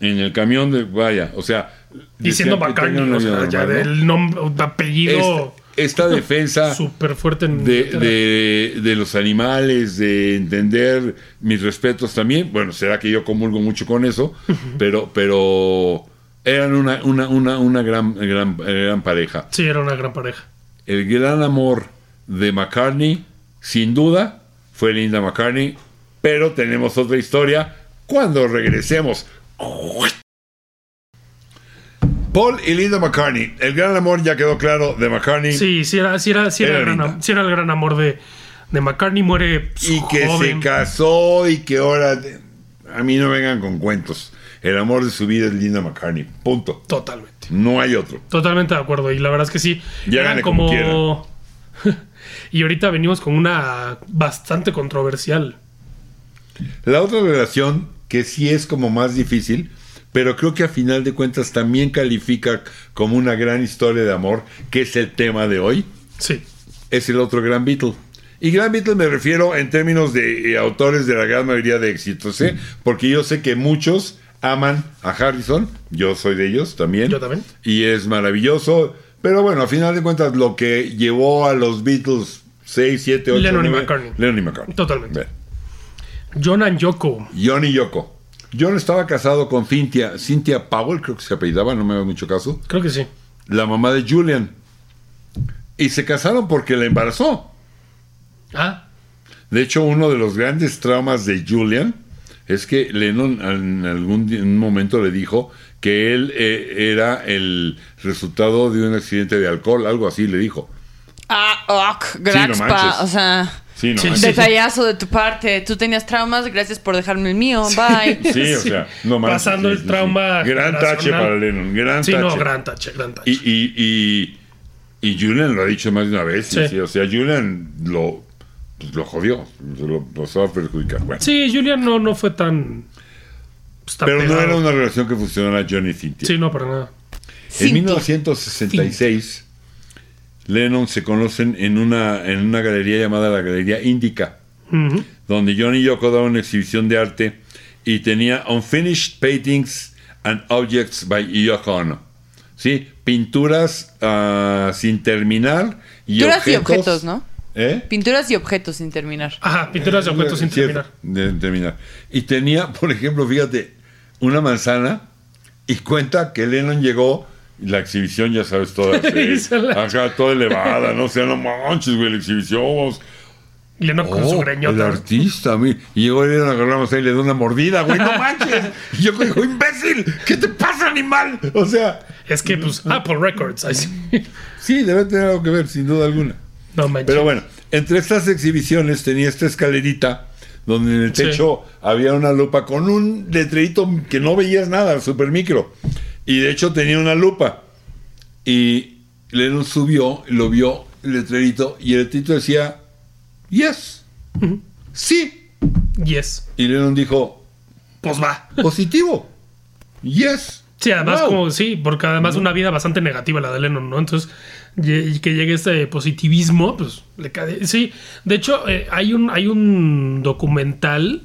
Speaker 1: en el camión de. Vaya, o sea.
Speaker 2: Y siendo
Speaker 1: decían que
Speaker 2: McCartney,
Speaker 1: tengan una
Speaker 2: o sea,
Speaker 1: vida
Speaker 2: ya
Speaker 1: normal, ¿no?
Speaker 2: del nombre, apellido.
Speaker 1: Este- esta defensa
Speaker 2: Súper fuerte en
Speaker 1: de,
Speaker 2: Inglaterra.
Speaker 1: de- de los animales, de entender mis respetos también. Bueno, será que yo comulgo mucho con eso, pero, pero eran una, una, una, una gran, gran, gran pareja.
Speaker 2: Sí, era una gran pareja.
Speaker 1: El gran amor de McCartney, sin duda, fue Linda McCartney, pero tenemos otra historia cuando regresemos. Paul y Linda McCartney. El gran amor ya quedó claro de McCartney.
Speaker 2: Sí, sí era, sí era, sí era,
Speaker 1: Era
Speaker 2: el, gran,
Speaker 1: linda.
Speaker 2: am- sí era el gran amor de, de McCartney. Muere
Speaker 1: y que
Speaker 2: joven.
Speaker 1: se casó y que ahora a mí no vengan con cuentos. El amor de su vida es Linda McCartney. Punto.
Speaker 2: Totalmente.
Speaker 1: No hay otro.
Speaker 2: Totalmente de acuerdo. Y la verdad es que sí.
Speaker 1: Ya
Speaker 2: eran
Speaker 1: gane como
Speaker 2: y ahorita venimos con una bastante controversial.
Speaker 1: La otra relación que sí es como más difícil, pero creo que a final de cuentas también califica como una gran historia de amor, que es el tema de hoy,
Speaker 2: Sí.
Speaker 1: es el otro gran Beatle. Y gran Beatle me refiero en términos de eh, autores de la gran mayoría de éxitos,
Speaker 2: Mm.
Speaker 1: ¿eh? porque yo sé que muchos aman a Harrison, yo soy de ellos también.
Speaker 2: Yo también.
Speaker 1: Y es maravilloso, pero bueno, a final de cuentas lo que llevó a los Beatles 6, 7, 8,
Speaker 2: Lennon y McCartney.
Speaker 1: Lennon y McCartney.
Speaker 2: Totalmente.
Speaker 1: Bien.
Speaker 2: John and Yoko.
Speaker 1: John y Yoko. John estaba casado con Cynthia, Cynthia Powell, creo que se apellidaba, no me da mucho caso,
Speaker 2: Creo que sí.
Speaker 1: la mamá de Julian. Y se casaron porque la embarazó.
Speaker 2: Ah,
Speaker 1: De hecho, uno de los grandes traumas de Julian es que Lennon en algún di- en un momento le dijo que él eh, era el resultado de un accidente de alcohol, algo así le dijo.
Speaker 4: Ah, ok, Graxpa.
Speaker 1: manches.
Speaker 4: o sea,
Speaker 1: Sí, no
Speaker 2: Sí,
Speaker 1: manches.
Speaker 4: detallazo de tu parte. Tú tenías traumas, gracias por dejarme el mío. Bye.
Speaker 1: Sí, o sea, no manches.
Speaker 2: Pasando
Speaker 1: Sí,
Speaker 2: el
Speaker 1: sí, sí.
Speaker 2: trauma
Speaker 1: Gran tache
Speaker 2: generacional.
Speaker 1: para Lennon, gran
Speaker 2: sí,
Speaker 1: tache.
Speaker 2: no, gran tache, gran tache.
Speaker 1: Y, y, y, y Julian lo ha dicho más de una vez. y
Speaker 2: Sí.
Speaker 1: sí, o sea, Julian lo, pues, lo jodió, lo, lo estaba perjudicando. Bueno,
Speaker 2: Sí, Julian no, no fue tan. pues, tan
Speaker 1: pero no
Speaker 2: pegado.
Speaker 1: era una relación que funcionara Johnny y Cynthia.
Speaker 2: Sí, no, para nada.
Speaker 1: En
Speaker 4: Sin ti.
Speaker 1: 1966, Lennon se conocen en una, en una galería llamada la Galería Índica,
Speaker 2: Ujú.
Speaker 1: donde Johnny y Yoko daban una exhibición de arte y tenía Unfinished Paintings and Objects by Yoko Ono. Sí, pinturas ah, sin terminar y
Speaker 4: Pinturas
Speaker 1: objetos,
Speaker 4: y objetos, ¿no?
Speaker 1: ¿Eh?
Speaker 4: Pinturas y objetos sin terminar.
Speaker 2: Ajá, pinturas de objetos sin
Speaker 1: Cierto,
Speaker 2: terminar.
Speaker 1: de- terminar. Y tenía, por ejemplo, fíjate, una manzana y cuenta que Lennon llegó, y la exhibición, ya sabes, toda,
Speaker 2: Y
Speaker 1: así,
Speaker 2: se la-
Speaker 1: acá, toda elevada, no sé, no manches, güey, la exhibición, vamos.
Speaker 2: Y no con su
Speaker 1: Oh, el
Speaker 2: greñota.
Speaker 1: artista, mi- y llegó Lennon, agarramos ahí, le da una mordida, güey, no manches. Y yo digo, imbécil, ¿qué te pasa, animal? O sea,
Speaker 2: Es que, pues,
Speaker 1: Mm.
Speaker 2: Apple Records. ahí sí.
Speaker 1: sí, debe tener algo que ver, sin duda alguna.
Speaker 2: No manches.
Speaker 1: Pero bueno, entre estas exhibiciones tenía esta escalerita donde en el
Speaker 2: Sí.
Speaker 1: techo había una lupa con un letrerito que no veías nada, super micro. Y de hecho tenía una lupa. Y Lennon subió, lo vio el letrerito y el letrerito decía, yes, sí.
Speaker 2: Yes.
Speaker 1: Y Lennon dijo,
Speaker 2: Pues va.
Speaker 1: positivo, yes.
Speaker 2: Sí, además,
Speaker 1: Wow.
Speaker 2: como, sí, porque además una vida bastante negativa la de Lennon, ¿no? Entonces, ye- y que llegue este positivismo, pues le cae. Sí, de hecho, eh, hay, un, hay un documental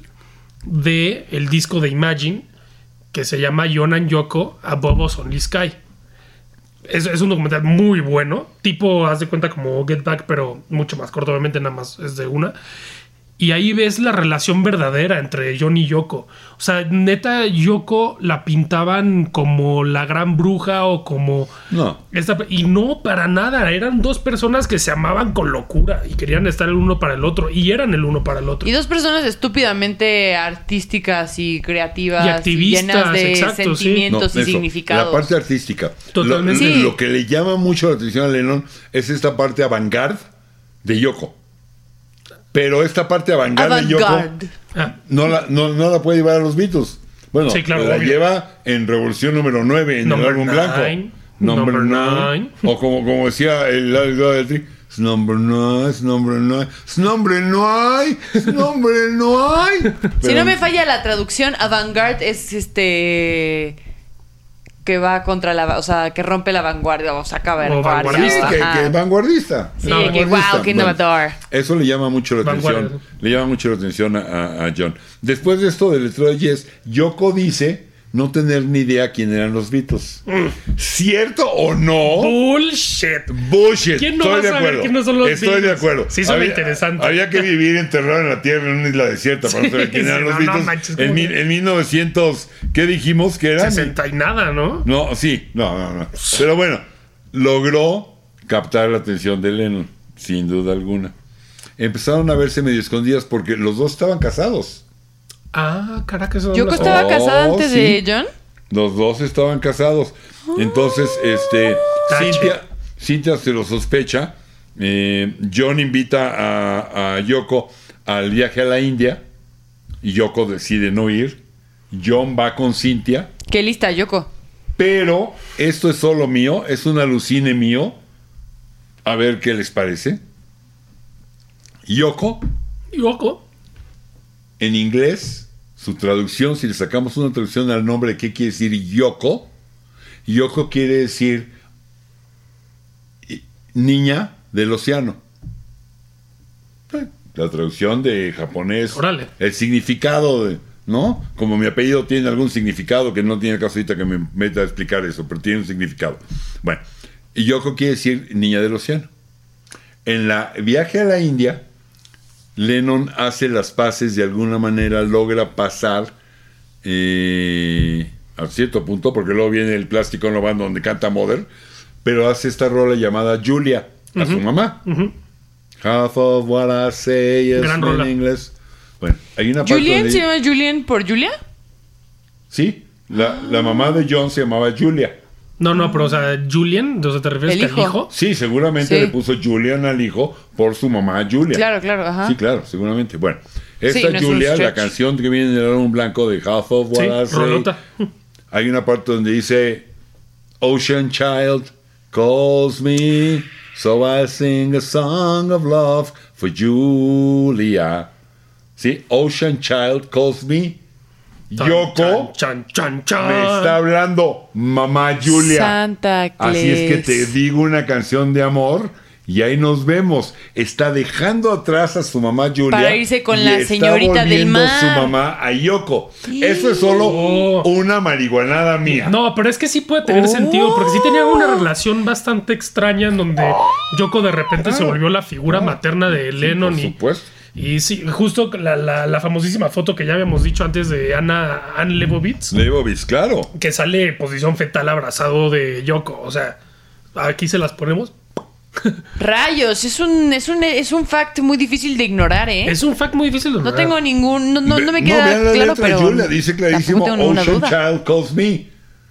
Speaker 2: de el disco de Imagine que se llama Yonan Yoko Above Us Only Sky. Es, es un documental muy bueno, tipo, haz de cuenta como Get Back, pero mucho más corto, obviamente, nada más es de una. Y ahí ves la relación verdadera entre John y Yoko. O sea, neta, Yoko la pintaban como la gran bruja o como...
Speaker 1: No.
Speaker 2: Esta, y no, para nada. Eran dos personas que se amaban con locura y querían estar el uno para el otro. Y eran el uno para el otro.
Speaker 4: Y dos personas estúpidamente artísticas y creativas.
Speaker 2: Y activistas,
Speaker 4: llenas de
Speaker 2: exacto, sí.
Speaker 1: No,
Speaker 4: sentimientos y
Speaker 1: eso,
Speaker 4: significados.
Speaker 1: La parte artística.
Speaker 2: Totalmente.
Speaker 1: Lo,
Speaker 4: Sí.
Speaker 1: lo que le llama mucho la atención a Lennon es esta parte avant-garde de Yoko. Pero esta parte avant-garde de Yoko
Speaker 4: Avant-garde.
Speaker 2: Ah,
Speaker 1: no la, no, no la puede llevar a los Beatles. Bueno,
Speaker 2: Sí, claro,
Speaker 1: la
Speaker 2: obvio.
Speaker 1: lleva en Revolución número 9, en
Speaker 2: Number
Speaker 1: el álbum
Speaker 2: nine,
Speaker 1: blanco. Number
Speaker 2: number
Speaker 1: 9.
Speaker 2: nine.
Speaker 1: O como, como decía el álbum del tri. "Es Number 9, es number 9, es number 9, es number 9.
Speaker 4: si no me falla la traducción, avant-garde es este que va contra la, o sea, que rompe la vanguardia o saca vanguardia.
Speaker 1: Sí,
Speaker 2: vanguardista.
Speaker 1: que,
Speaker 4: Ajá.
Speaker 1: que vanguardista.
Speaker 4: Sí,
Speaker 2: No,
Speaker 4: que wow,
Speaker 1: vanguardista.
Speaker 4: qué
Speaker 1: Bueno,
Speaker 4: innovador.
Speaker 1: Eso le llama mucho la
Speaker 2: Vanguardia.
Speaker 1: atención. Le llama mucho la atención a, a- a John. Después de esto del letrero de Yes, Yoko dice no tener ni idea quién eran los Beatles. ¿Cierto o no?
Speaker 2: Bullshit.
Speaker 1: Bullshit.
Speaker 2: ¿Quién no
Speaker 1: Estoy
Speaker 2: va a
Speaker 1: de
Speaker 2: saber
Speaker 1: acuerdo.
Speaker 2: quién no son los
Speaker 1: Estoy de
Speaker 2: Beatles?
Speaker 1: acuerdo.
Speaker 2: Sí, suena interesante.
Speaker 1: Había que vivir enterrado en la tierra en una isla desierta para
Speaker 2: Sí,
Speaker 1: no saber quién
Speaker 2: sí,
Speaker 1: eran los
Speaker 2: no, no
Speaker 1: Beatles.
Speaker 2: manches,
Speaker 1: en,
Speaker 2: ¿cómo
Speaker 1: mil-
Speaker 2: que?
Speaker 1: en 1900, ¿qué dijimos que eran?
Speaker 2: 60 y nada, ¿no?
Speaker 1: No, sí, no, no, no. Pero bueno, logró captar la atención de Lennon, sin duda alguna. Empezaron a verse medio escondidas porque los dos estaban casados.
Speaker 2: Ah, caraca, eso no
Speaker 4: Yoko
Speaker 2: lo-
Speaker 1: costaba-
Speaker 4: estaba casada
Speaker 1: Oh,
Speaker 4: antes
Speaker 1: sí.
Speaker 4: de John.
Speaker 1: Los dos estaban casados. Entonces, este,
Speaker 2: Tache.
Speaker 1: Cintia, Cintia se lo sospecha. Eh, John invita a, a Yoko al viaje a la India y Yoko decide no ir. John va con Cintia.
Speaker 4: Qué lista, Yoko.
Speaker 1: Pero esto es solo mío, es un alucine mío. A ver qué les parece. Yoko,
Speaker 2: Yoko.
Speaker 1: en inglés, su traducción, si le sacamos una traducción al nombre de qué quiere decir Yoko, Yoko quiere decir eh, niña del océano. Eh, La traducción de japonés.
Speaker 2: Órale.
Speaker 1: El significado de. ¿No? Como mi apellido tiene algún significado, que no tiene caso ahorita que me meta a explicar eso, pero tiene un significado. Bueno, y Yoko quiere decir niña del océano. En la viaje a la India, Lennon hace las paces de alguna manera, logra pasar eh, a cierto punto, porque luego viene el plástico en lo van donde canta Mother, pero hace esta rola llamada Julia a su mamá.
Speaker 2: Ujú.
Speaker 1: Half of what I say is
Speaker 2: Gran
Speaker 1: in
Speaker 2: rola.
Speaker 1: English. Bueno, hay una parte
Speaker 4: ¿Julian
Speaker 1: donde-
Speaker 4: se llama Julian por Julia?
Speaker 1: Sí, la, la mamá de John se llamaba Julia.
Speaker 2: No, no, pero o sea, Julian, ¿de o sea, te refieres
Speaker 4: El
Speaker 2: que al
Speaker 4: hijo.
Speaker 2: hijo?
Speaker 1: Sí, seguramente
Speaker 4: Sí.
Speaker 1: le puso Julian al hijo por su mamá Julia.
Speaker 4: Claro, claro, ajá.
Speaker 1: Sí, claro, seguramente. Bueno, esta
Speaker 4: Sí, no es un
Speaker 1: Julia, la
Speaker 4: stretch.
Speaker 1: canción que viene en el álbum blanco de Half of What
Speaker 2: Sí,
Speaker 1: I Say,
Speaker 2: rolota.
Speaker 1: hay una parte donde dice Ocean Child calls me, so I sing a song of love for Julia. Sí, Ocean Child calls me.
Speaker 2: Tan,
Speaker 1: Yoko
Speaker 2: Chan, chan, chan.
Speaker 1: me está hablando, mamá Julia.
Speaker 4: Santa Claus.
Speaker 1: Así es que te digo una canción de amor y ahí nos vemos. Está dejando atrás a su mamá Julia.
Speaker 4: Para irse con
Speaker 1: y
Speaker 4: la
Speaker 1: está
Speaker 4: señorita del
Speaker 1: volviendo
Speaker 4: mar.
Speaker 1: su mamá a Yoko. Eso es solo
Speaker 2: Oh.
Speaker 1: una marihuanada mía.
Speaker 2: No, pero es que sí puede tener
Speaker 4: Oh.
Speaker 2: sentido, porque sí tenía una relación bastante extraña en donde Yoko de repente se
Speaker 4: Ah.
Speaker 1: Claro.
Speaker 2: volvió la figura
Speaker 1: Claro.
Speaker 2: materna de
Speaker 1: Sí,
Speaker 2: Lennon
Speaker 1: Por
Speaker 2: y,
Speaker 1: supuesto.
Speaker 2: y sí, justo la, la- la famosísima foto que ya habíamos dicho antes de Anna Anne Leibovitz,
Speaker 1: Leibovitz, claro.
Speaker 2: que sale en posición fetal abrazado de Yoko, o sea, aquí se las ponemos.
Speaker 4: Rayos, es un, es un es un fact muy difícil de ignorar, ¿eh?
Speaker 2: Es un fact muy difícil de
Speaker 4: No
Speaker 2: lograr.
Speaker 4: tengo ningún no, no, no me
Speaker 1: Ve-
Speaker 4: queda
Speaker 1: vean la
Speaker 4: claro,
Speaker 1: letra de
Speaker 4: pero
Speaker 1: Julia dice clarísimo
Speaker 4: tampoco tengo ninguna
Speaker 1: Ocean
Speaker 4: duda.
Speaker 1: Child calls me.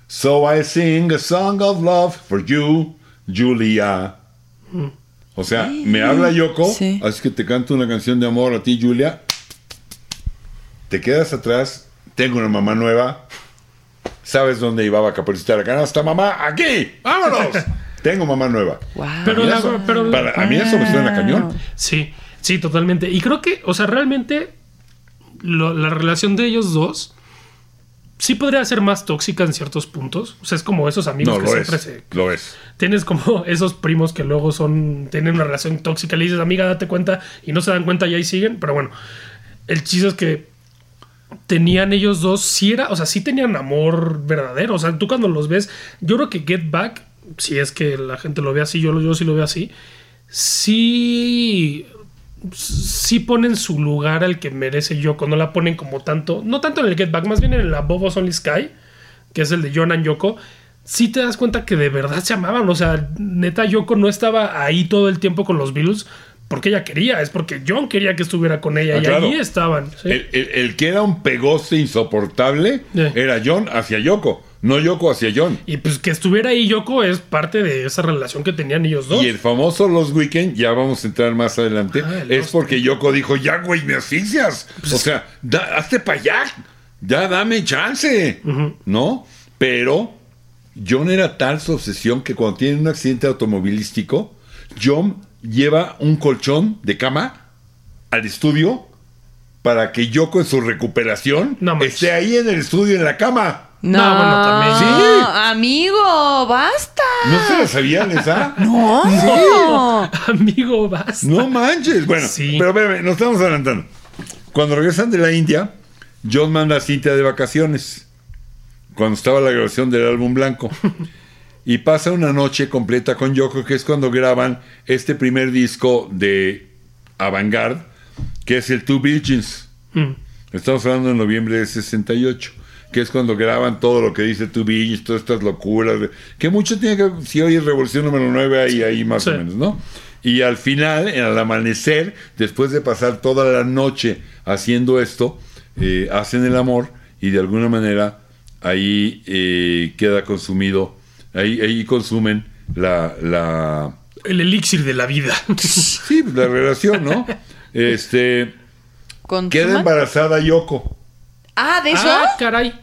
Speaker 1: So I sing a song of love for you, Julia. O sea, me habla Yoko,
Speaker 4: Sí.
Speaker 1: así que te canto una canción de amor a ti, Julia. Te quedas atrás, tengo una mamá nueva. ¿Sabes dónde iba a capacitar la canasta, mamá? ¡Aquí! ¡Vámonos! tengo mamá nueva.
Speaker 4: Wow.
Speaker 2: Pero
Speaker 1: Y
Speaker 2: la-
Speaker 1: eso-
Speaker 2: pero-
Speaker 1: para- a mí eso me suena cañón.
Speaker 2: Sí, sí, totalmente. Y creo que, o sea, realmente lo- la relación de ellos dos sí podría ser más tóxica en ciertos puntos. O sea, es como esos amigos
Speaker 1: No,
Speaker 2: que
Speaker 1: lo
Speaker 2: siempre
Speaker 1: es.
Speaker 2: se...
Speaker 1: Lo es.
Speaker 2: Tienes como esos primos que luego son tienen una relación tóxica, le dices, amiga, date cuenta, y no se dan cuenta y ahí siguen. Pero bueno, el chiste es que tenían ellos dos, sí era, o sea, sí tenían amor verdadero. O sea, tú cuando los ves, yo creo que Get Back, si es que la gente lo ve así, yo, lo- yo sí lo veo así, sí, sí pone en su lugar al que merece Yoko, no la ponen como tanto, no tanto en el Get Back, más bien en el Above Us Only Sky, que es el de Jonan Yoko. Sí te das cuenta que de verdad se amaban, o sea, neta Yoko no estaba ahí todo el tiempo con los Beatles porque ella quería, es porque John quería que estuviera con ella
Speaker 1: Ah,
Speaker 2: y
Speaker 1: claro.
Speaker 2: ahí estaban. ¿sí?
Speaker 1: El, el- el que era un pegoste insoportable
Speaker 2: Sí.
Speaker 1: era John hacia Yoko, no Yoko hacia John.
Speaker 2: Y pues que estuviera ahí Yoko es parte de esa relación que tenían ellos dos.
Speaker 1: Y el famoso Los Weekend, ya vamos a entrar más adelante,
Speaker 2: Ah, el
Speaker 1: es
Speaker 2: Lost. Pues
Speaker 1: porque Yoko dijo, ya güey, me asfixias. o sea, da- hazte para allá, ya dame chance, ¿no? Pero John era tal su obsesión que cuando tiene un accidente automovilístico, John lleva un colchón de cama al estudio para que Yoko en su recuperación
Speaker 2: No manches.
Speaker 1: esté ahí en el estudio, en la cama.
Speaker 4: No,
Speaker 2: No, bueno, también.
Speaker 1: Sí.
Speaker 4: Amigo, basta.
Speaker 1: ¿No se la sabían esa?
Speaker 4: No.
Speaker 2: Amigo, basta.
Speaker 1: No manches. Bueno,
Speaker 2: Sí.
Speaker 1: pero espérame, nos estamos adelantando. Cuando regresan de la India, John manda a Cintia de vacaciones. cuando estaba la grabación del álbum blanco. Y pasa una noche completa con Yoko, que es cuando graban este primer disco de Avantgarde, que es el Two Virgins.
Speaker 2: Mm.
Speaker 1: Estamos hablando de noviembre de 68, que es cuando graban todo lo que dice Two Beach, todas estas locuras, de- que mucho tiene que si hoy es Revolución número 9 ahí, ahí más
Speaker 2: Sí.
Speaker 1: o menos, ¿no? Y al final, en- al amanecer, después de pasar toda la noche haciendo esto, eh, hacen el amor y de alguna manera ahí eh, queda consumido, ahí, ahí consumen la- la,
Speaker 2: El elixir de la vida.
Speaker 1: sí, la relación, ¿no? Este,
Speaker 4: ¿Con
Speaker 1: queda
Speaker 4: Truman?
Speaker 1: embarazada Yoko.
Speaker 4: Ah, de eso.
Speaker 2: Ah, caray.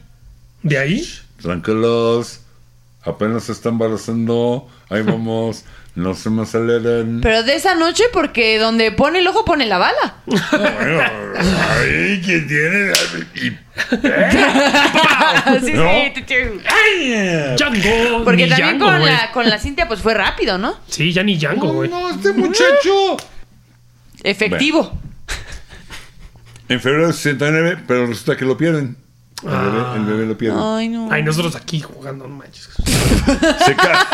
Speaker 2: ¿De ahí?
Speaker 1: Tranquilos, apenas se están embarazando, ahí vamos, no se me aceleren.
Speaker 4: Pero de esa noche, porque donde pone el ojo pone la bala.
Speaker 1: Bueno, ay, ¿quién tiene? Y-
Speaker 4: Ah, sí,
Speaker 1: ¿No?
Speaker 4: sí, tu, tu.
Speaker 1: ay,
Speaker 2: Django.
Speaker 4: Porque
Speaker 2: pues, Ah, ni
Speaker 4: también
Speaker 2: Django,
Speaker 4: con,
Speaker 2: güey.
Speaker 4: la, con la Cintia, pues fue rápido, ¿no?
Speaker 2: Sí, ya ni Django,
Speaker 1: no,
Speaker 2: güey.
Speaker 1: no, este muchacho.
Speaker 4: Efectivo.
Speaker 1: En febrero de 69, pero resulta que lo pierden. El bebé, el bebé lo pierde.
Speaker 4: Ay, no.
Speaker 2: Ay, nosotros aquí jugando, no manches.
Speaker 1: Se ca-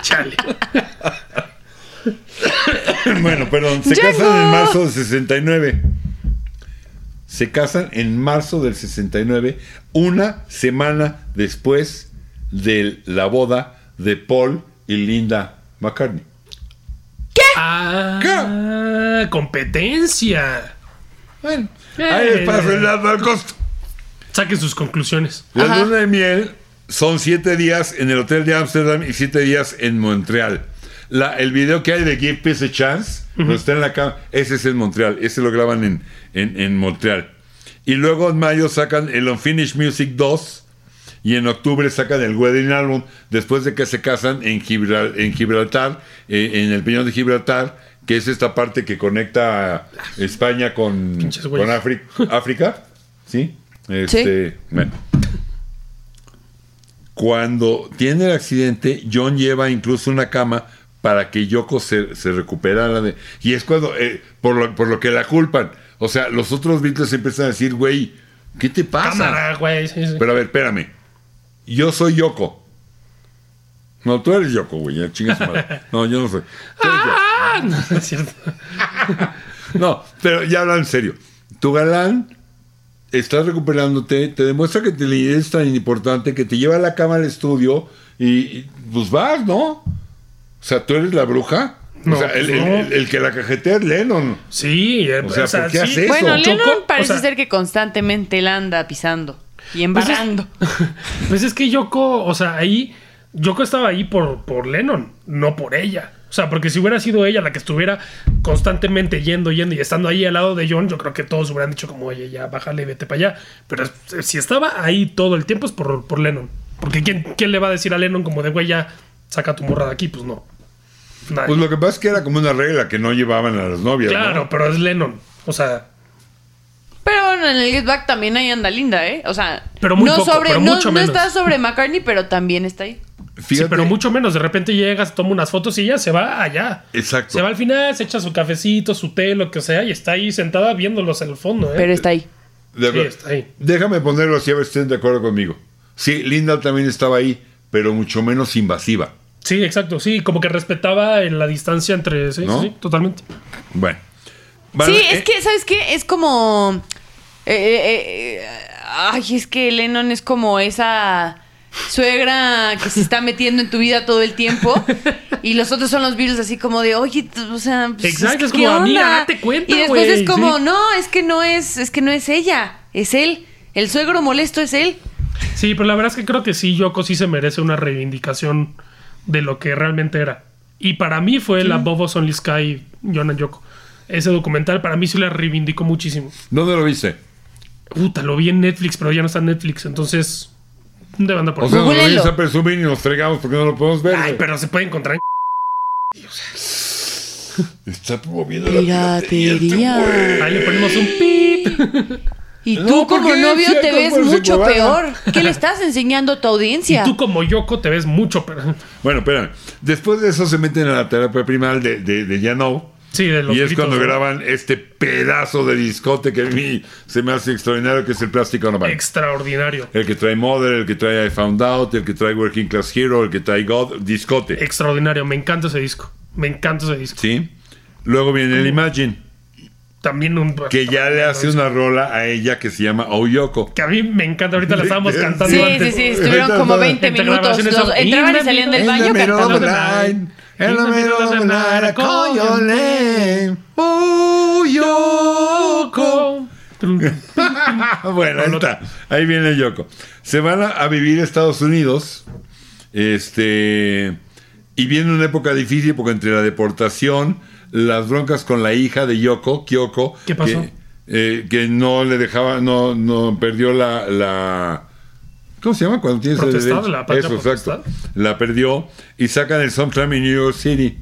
Speaker 2: Chale.
Speaker 1: bueno, perdón, se
Speaker 4: Llegó.
Speaker 1: casan en marzo del 69. Se casan en marzo del 69, una semana después de la boda de Paul y Linda McCartney.
Speaker 2: Ah, competencia.
Speaker 1: Bueno,
Speaker 2: Eh.
Speaker 1: ahí les paso el dato al costo.
Speaker 2: Saquen sus conclusiones.
Speaker 1: La
Speaker 4: Ajá.
Speaker 1: luna de miel son siete días en el hotel de Ámsterdam y siete días en Montreal. La- el video que hay de Give Peace a Chance, donde está en la cama, ese es en Montreal, ese lo graban en, en- en Montreal. Y luego en mayo sacan el Unfinished Music 2 y en octubre sacan el Wedding Album después de que se casan en, Gibral- en Gibraltar, eh, en el Peñón de Gibraltar, que es esta parte que conecta España con,
Speaker 2: Pinches güeyes.
Speaker 1: con Áfri- África. ¿Sí? Este, bueno. Cuando tiene el accidente, John lleva incluso una cama para que Yoko se, se recuperara. De, y es cuando, eh, por, lo, por lo que la culpan. O sea, los otros Beatles empiezan a decir, güey, ¿qué te pasa?
Speaker 2: Cámara, güey. sí, sí.
Speaker 1: Pero a ver, espérame. Yo soy Yoko. No, tú eres Yoko, güey. ya chinga su madre. No, yo no soy. Tú eres Yoko.
Speaker 2: Ah, no, no es cierto.
Speaker 1: No, pero ya hablan en serio. Tu galán estás recuperándote, te demuestra que te es tan importante que te lleva a la cama al estudio y, y, pues vas, ¿no? O sea, tú eres la bruja.
Speaker 2: No,
Speaker 1: o sea, el,
Speaker 2: pues,
Speaker 1: el-
Speaker 2: no.
Speaker 1: el- el que la cajetea es Lennon.
Speaker 2: Sí, eh,
Speaker 1: O sea, ¿por qué
Speaker 2: sí.
Speaker 1: hace eso?
Speaker 4: Bueno,
Speaker 2: Chocó,
Speaker 4: Lennon parece
Speaker 2: o sea-
Speaker 4: ser que constantemente la anda pisando y
Speaker 2: Pues es-
Speaker 4: embarrando.
Speaker 2: Pues es que Yoko, o sea, ahí. Yoko estaba ahí por, por Lennon, no por ella. O sea, porque si hubiera sido ella la que estuviera constantemente yendo, yendo y estando ahí al lado de John, yo creo que todos hubieran dicho como, oye, ya bájale, vete para allá. Pero es- eh, si estaba ahí todo el tiempo es por, por Lennon. Porque ¿quién, ¿quién le va a decir a Lennon como de, güey, ya saca tu morra de aquí? Pues no. Nadie.
Speaker 1: Pues lo que pasa es que era como una regla que no llevaban a las novias. ¿no?
Speaker 2: claro, pero es Lennon. O sea,
Speaker 4: Pero bueno, en el Get Back también ahí anda linda, ¿eh? O sea,
Speaker 2: Pero muy
Speaker 4: no
Speaker 2: poco,
Speaker 4: sobre,
Speaker 2: pero
Speaker 4: no,
Speaker 2: mucho
Speaker 4: no
Speaker 2: menos. Eh,
Speaker 4: está sobre McCartney, pero también está ahí.
Speaker 2: sí,
Speaker 1: Fíjate,
Speaker 2: pero mucho menos. De repente llegas, toma unas fotos y ella se va allá.
Speaker 1: Exacto.
Speaker 2: Se va al final, se echa su cafecito, su té, lo que sea, y está ahí sentada viéndolos en el fondo, ¿eh?
Speaker 4: Pero está ahí.
Speaker 1: De
Speaker 2: Sí,
Speaker 1: acuerdo.
Speaker 2: está ahí.
Speaker 1: Déjame ponerlo así a ver si estén de acuerdo conmigo. Sí, Linda también estaba ahí, pero mucho menos invasiva.
Speaker 2: Sí, exacto, sí, como que respetaba eh, la distancia entre... Sí,
Speaker 1: ¿No?
Speaker 2: sí, sí, totalmente.
Speaker 1: Bueno. Van-
Speaker 4: sí,
Speaker 1: eh,
Speaker 4: es que, ¿sabes qué? Es como. eh, eh, eh, ay, es que Lennon es como esa suegra que se está metiendo en tu vida todo el tiempo. Y los otros son los virus así como de, oye, t- o sea, pues,
Speaker 2: Exacto, es
Speaker 4: ¿qué
Speaker 2: como, amiga,
Speaker 4: onda?".
Speaker 2: date cuenta,
Speaker 4: Y después
Speaker 2: güey,
Speaker 4: es como,
Speaker 2: sí.
Speaker 4: no, es que no es, es que no es ella, es él. El suegro molesto es él.
Speaker 2: Sí, pero la verdad es que creo que sí, Yoko sí se merece una reivindicación de lo que realmente era. Y para mí fue la Bobos Only Sky, John and Yoko. Ese documental para mí sí la reivindicó muchísimo.
Speaker 1: ¿Dónde lo viste?
Speaker 2: Puta, lo vi en Netflix, pero ya no está en Netflix, entonces... De banda por
Speaker 1: O sea,
Speaker 2: ahí.
Speaker 1: nos lo
Speaker 4: Googleenlo.
Speaker 1: vienes a presumir y nos fregamos porque no lo podemos ver.
Speaker 2: Ay,
Speaker 1: güey.
Speaker 2: pero se puede encontrar en...
Speaker 1: Está promoviendo la piratería. este güey.
Speaker 2: Ahí le ponemos un pip.
Speaker 4: Y
Speaker 1: No,
Speaker 4: tú
Speaker 1: ¿por
Speaker 4: como
Speaker 1: qué?
Speaker 4: novio
Speaker 1: Sí,
Speaker 4: te
Speaker 1: ¿cómo
Speaker 4: ves
Speaker 1: se
Speaker 4: mucho
Speaker 1: huevada?
Speaker 4: peor. ¿Qué le estás enseñando a tu
Speaker 2: Y
Speaker 4: audiencia?
Speaker 2: tú como Yoko te ves mucho, pero...
Speaker 1: Bueno, espérame. Después de eso se meten a la terapia primal de, de, de Yano,
Speaker 2: Sí, de los
Speaker 1: y es
Speaker 2: gritos,
Speaker 1: cuando
Speaker 2: ¿no?
Speaker 1: graban este pedazo de discote que a mí se me hace extraordinario, que es el Plástico Normal.
Speaker 2: Extraordinario.
Speaker 1: el que trae Mother, el que trae I Found Out, el que trae Working Class Hero, el que trae God, discote.
Speaker 2: Extraordinario. Me encanta ese disco. Me encanta ese disco.
Speaker 1: ¿Sí? Luego viene el Imagine,
Speaker 2: También un.
Speaker 1: que ya le hace una rola a ella que se llama Oyoko.
Speaker 2: Que a mí me encanta. Ahorita la estábamos cantando
Speaker 4: Sí, sí,
Speaker 2: antes.
Speaker 4: sí, estuvieron como 20
Speaker 2: Entre
Speaker 4: minutos.
Speaker 2: grabaciones
Speaker 4: Los-
Speaker 2: son-
Speaker 4: entraban y salían del
Speaker 2: In the
Speaker 4: baño
Speaker 2: middle of
Speaker 4: cantando.
Speaker 2: the night. In the middle of the night, I call your name.
Speaker 1: Oyoko. bueno, ahí
Speaker 2: No, no.
Speaker 1: está. Ahí viene Yoko. Se van a, a vivir a Estados Unidos. Este. Y viene una época difícil porque entre la deportación, las broncas con la hija de Yoko, Kyoko.
Speaker 2: ¿Qué pasó?
Speaker 1: Que, eh, que no le dejaba, no, no perdió la. la- ¿Cómo se llama cuando tienes el
Speaker 2: Potestad,
Speaker 1: derecho?
Speaker 2: la patria
Speaker 1: Eso, exacto.
Speaker 2: potestad.
Speaker 1: La perdió y sacan el Sometime in New York City.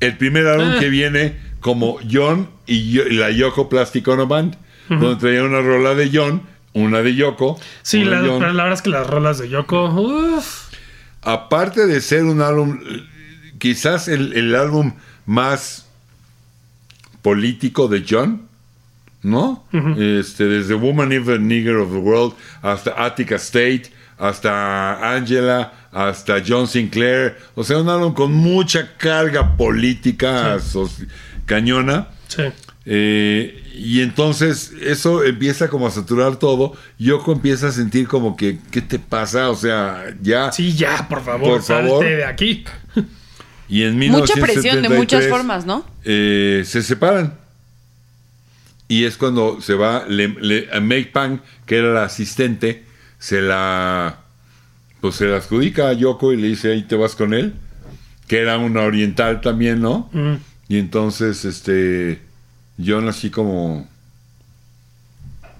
Speaker 1: El primer álbum
Speaker 2: Ah.
Speaker 1: que viene como John y Yo- y la Yoko Plasticono Band, donde traía una rola de John, una de Yoko.
Speaker 2: Sí,
Speaker 1: una
Speaker 2: la,
Speaker 1: de John.
Speaker 2: pero la verdad es que las rolas de Yoko. Uf,
Speaker 1: Aparte de ser un álbum, eh, quizás el, el álbum más político de John, ¿no? este, desde Woman is the Nigger of the World hasta Attica State, hasta Angela, hasta John Sinclair. O sea, un álbum con mucha carga política soci- cañona.
Speaker 2: sí.
Speaker 1: Eh, y entonces eso empieza como a saturar todo. Yoko empieza a sentir como que, ¿qué te pasa? O sea, ya.
Speaker 2: Sí, ya, por favor,
Speaker 1: Por
Speaker 2: salte
Speaker 1: favor.
Speaker 2: de aquí.
Speaker 1: Y en
Speaker 4: Mucha presión de muchas
Speaker 1: 1973,
Speaker 4: formas, ¿no?
Speaker 1: eh, se separan. Y es cuando se va le, le- a May Pang, que era la asistente, se la pues se la adjudica a Yoko y le dice, "Ahí te vas con él." Que era una oriental también, ¿no?
Speaker 2: Mm.
Speaker 1: Y entonces este John así como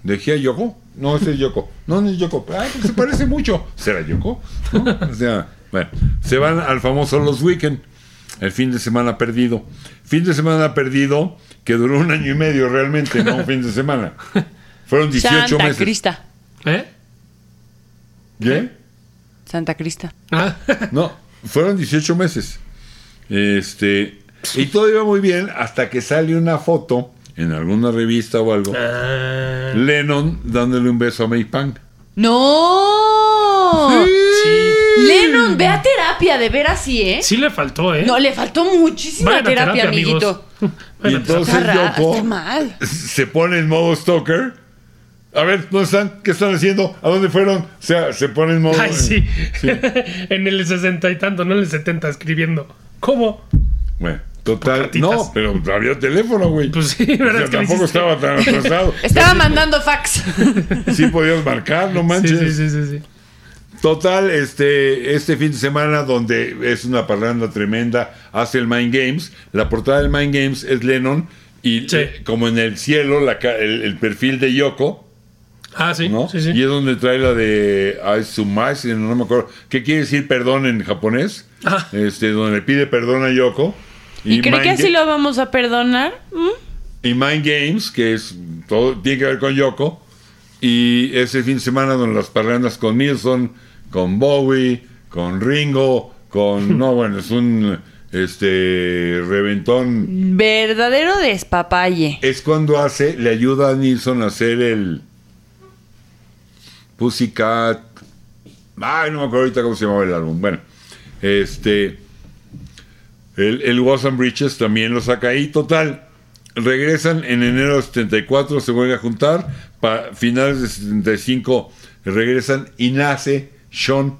Speaker 1: dejé a Yoko. No, ese es Yoko. No, no es Yoko. Ah, pues se parece mucho. ¿Será Yoko? ¿No? O sea, bueno. Se van al famoso Los Weekend. El fin de semana perdido. Fin de semana perdido que duró un año y medio realmente, no un fin de semana. Fueron 18
Speaker 4: Santa
Speaker 1: meses.
Speaker 4: Crista.
Speaker 2: ¿Eh?
Speaker 1: ¿Qué?
Speaker 4: Santa Crista.
Speaker 2: Ah,
Speaker 1: No, fueron 18 meses. Este. Y todo iba muy bien hasta que sale una foto en alguna revista o algo.
Speaker 2: Ah,
Speaker 1: Lennon dándole un beso a May Pang.
Speaker 4: ¡No!
Speaker 2: sí.
Speaker 4: Lennon, ve a terapia, de veras sí, ¿eh?
Speaker 2: Sí le faltó, ¿eh?
Speaker 4: No, le faltó muchísima
Speaker 2: Vayan a
Speaker 4: terapia,
Speaker 2: amigos.
Speaker 4: amiguito.
Speaker 1: Y
Speaker 2: Vayan a terapia.
Speaker 1: entonces
Speaker 4: Está raro,
Speaker 1: Yoko
Speaker 4: está mal.
Speaker 1: se pone en modo stalker. A ver, ¿dónde están? ¿Qué están haciendo? ¿A dónde fueron? O sea, se pone en modo.
Speaker 2: Ay, sí. en el sesenta y tanto, no en el setenta, escribiendo. ¿Cómo?
Speaker 1: Bueno, total.
Speaker 2: Por
Speaker 1: No,
Speaker 2: cartitas.
Speaker 1: pero había teléfono, güey.
Speaker 2: Pues sí,
Speaker 1: O sea,
Speaker 2: ¿verdad? es que lo
Speaker 1: tampoco
Speaker 2: hiciste?
Speaker 1: estaba tan atrasado.
Speaker 4: Estaba mandando fax.
Speaker 1: Sí podías marcar, no
Speaker 2: Sí,
Speaker 1: manches.
Speaker 2: sí, sí, sí, sí.
Speaker 1: Total, este, este fin de semana donde es una parranda tremenda, hace el Mind Games. La portada del Mind Games es Lennon y
Speaker 2: Sí.
Speaker 1: eh, como en el cielo la ca- el, el perfil de Yoko,
Speaker 2: Ah, sí,
Speaker 1: ¿no?
Speaker 2: sí, sí.
Speaker 1: Y es donde trae la de Aizumais, no me acuerdo. ¿Qué quiere decir perdón en japonés?
Speaker 2: Ah.
Speaker 1: Este, donde le pide perdón a Yoko.
Speaker 4: ¿Y, cree
Speaker 1: Mind
Speaker 4: que así
Speaker 1: Ga-
Speaker 4: lo vamos a perdonar?
Speaker 1: y Mind Games, que es todo tiene que ver con Yoko. Y ese fin de semana donde las parrandas con Nilsson, con Bowie, con Ringo, con no bueno, es un este reventón.
Speaker 4: Verdadero despapalle.
Speaker 1: Es cuando hace, le ayuda a Nilsson a hacer el Pussycat. Ay, no me acuerdo ahorita cómo se llamaba el álbum. Bueno, este. El, el Was and Bridges también lo saca ahí. Total, regresan en enero de 74, se vuelve a juntar. Para finales de 75 regresan y nace Sean,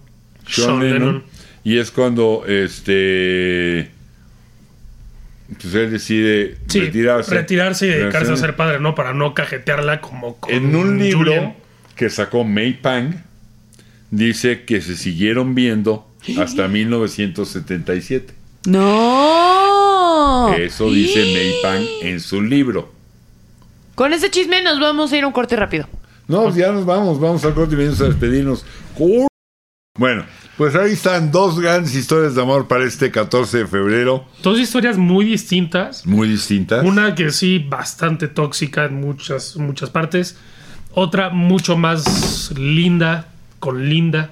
Speaker 1: Sean,
Speaker 2: Sean
Speaker 1: Lennon.
Speaker 2: Lennon.
Speaker 1: Y es cuando este. Pues él decide
Speaker 2: Sí,
Speaker 1: retirarse.
Speaker 2: retirarse y dedicarse a
Speaker 1: Retirarse.
Speaker 2: ser padre, ¿no? Para no cajetearla como con
Speaker 1: En un libro
Speaker 2: Julian.
Speaker 1: que sacó May Pang, dice que se siguieron viendo hasta 1977.
Speaker 2: Oh.
Speaker 4: ¡No!
Speaker 1: Eso dice May Pang en su libro.
Speaker 4: Con ese chisme nos vamos a ir a un corte rápido.
Speaker 1: No, pues ya nos vamos, vamos al corte y venimos a despedirnos. ¡Cor- Bueno, pues ahí están dos grandes historias de amor para este 14 de febrero,
Speaker 2: Dos historias muy distintas.
Speaker 1: muy distintas.
Speaker 2: Una que sí, bastante tóxica en muchas, muchas partes. Otra mucho más linda, con linda.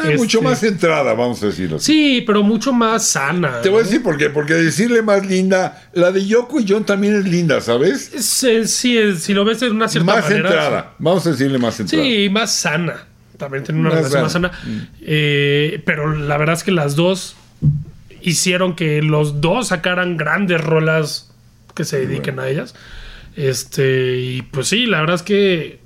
Speaker 1: Ah, Mucho
Speaker 2: Este,
Speaker 1: más entrada, vamos a decirlo. así.
Speaker 2: Sí, pero mucho más sana.
Speaker 1: Te voy a
Speaker 2: ¿no?
Speaker 1: decir por qué, porque decirle más linda, la de Yoko y John también es linda, ¿sabes?
Speaker 2: Sí, sí, es- si lo ves de una cierta
Speaker 1: Más
Speaker 2: manera.
Speaker 1: entrada, vamos a decirle más entrada.
Speaker 2: Sí, más sana. También tiene una
Speaker 1: Más
Speaker 2: relación más sana. Eh, pero la verdad es que las dos hicieron que los dos sacaran grandes rolas que se dediquen a ellas. Este, y pues sí, la verdad es que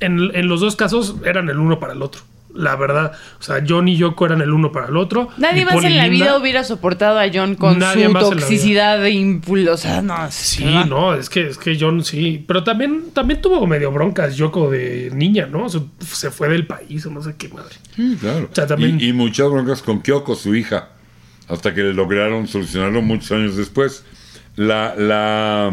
Speaker 2: en, en los dos casos eran el uno para el otro. La verdad, o sea, John y Yoko eran el uno para el otro.
Speaker 4: Nadie
Speaker 2: Y
Speaker 4: más
Speaker 2: Paul y
Speaker 4: en la
Speaker 2: Linda-
Speaker 4: vida hubiera soportado a John con
Speaker 2: Nadie
Speaker 4: su
Speaker 2: más en la vida.
Speaker 4: toxicidad e impulsosa. No,
Speaker 2: Sí,
Speaker 4: ¿verdad?
Speaker 2: no, es que, es que John sí. Pero también, también tuvo medio broncas Yoko de niña, ¿no? Se, se fue del país o no sé qué madre.
Speaker 1: Sí, claro.
Speaker 2: O sea, también-
Speaker 1: y, y muchas broncas con Kyoko, su hija, hasta que lograron solucionarlo muchos años después. La, la,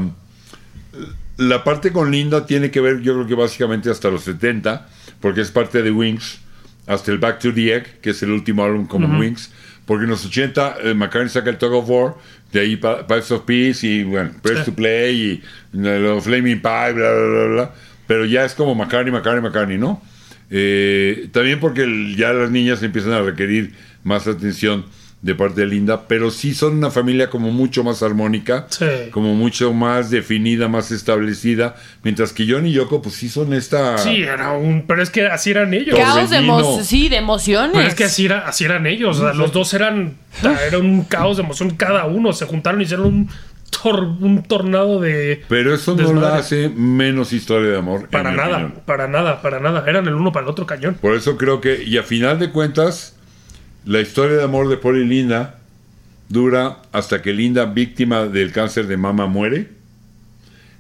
Speaker 1: la parte con Linda tiene que ver, yo creo que básicamente hasta los 70, porque es parte de Wings, hasta el Back to the Egg, que es el último álbum como Wings, porque en los 80 eh, McCartney saca el Tug of War, de ahí Pa- Pipes of Peace y bueno, Press
Speaker 2: Sí.
Speaker 1: to Play y eh, los Flaming Pie, bla, bla, bla, bla. Pero ya es como McCartney, McCartney, McCartney, ¿no? Eh, también porque el- ya las niñas empiezan a requerir más atención de parte de Linda, pero sí son una familia como mucho más armónica,
Speaker 2: Sí.
Speaker 1: como mucho más definida, más establecida, mientras que John y Yoko pues sí son esta...
Speaker 2: Sí, era un. Pero es que así eran ellos.
Speaker 1: Claro.
Speaker 4: Caos de, emo-
Speaker 1: Torbellino.
Speaker 4: sí, de emociones.
Speaker 2: Pero es que así, era- así eran ellos. o sea, los dos eran. Era un caos de emoción cada uno. Se juntaron y hicieron un, tor- un tornado de.
Speaker 1: Pero eso no la
Speaker 2: desmadre.
Speaker 1: hace menos historia de amor. en
Speaker 2: Para
Speaker 1: mi
Speaker 2: nada,
Speaker 1: opinión.
Speaker 2: para nada, para nada. Eran el uno para el otro cañón.
Speaker 1: Por eso creo que, y a final de cuentas, la historia de amor de Paul y Linda dura hasta que Linda, víctima del cáncer de mama, muere.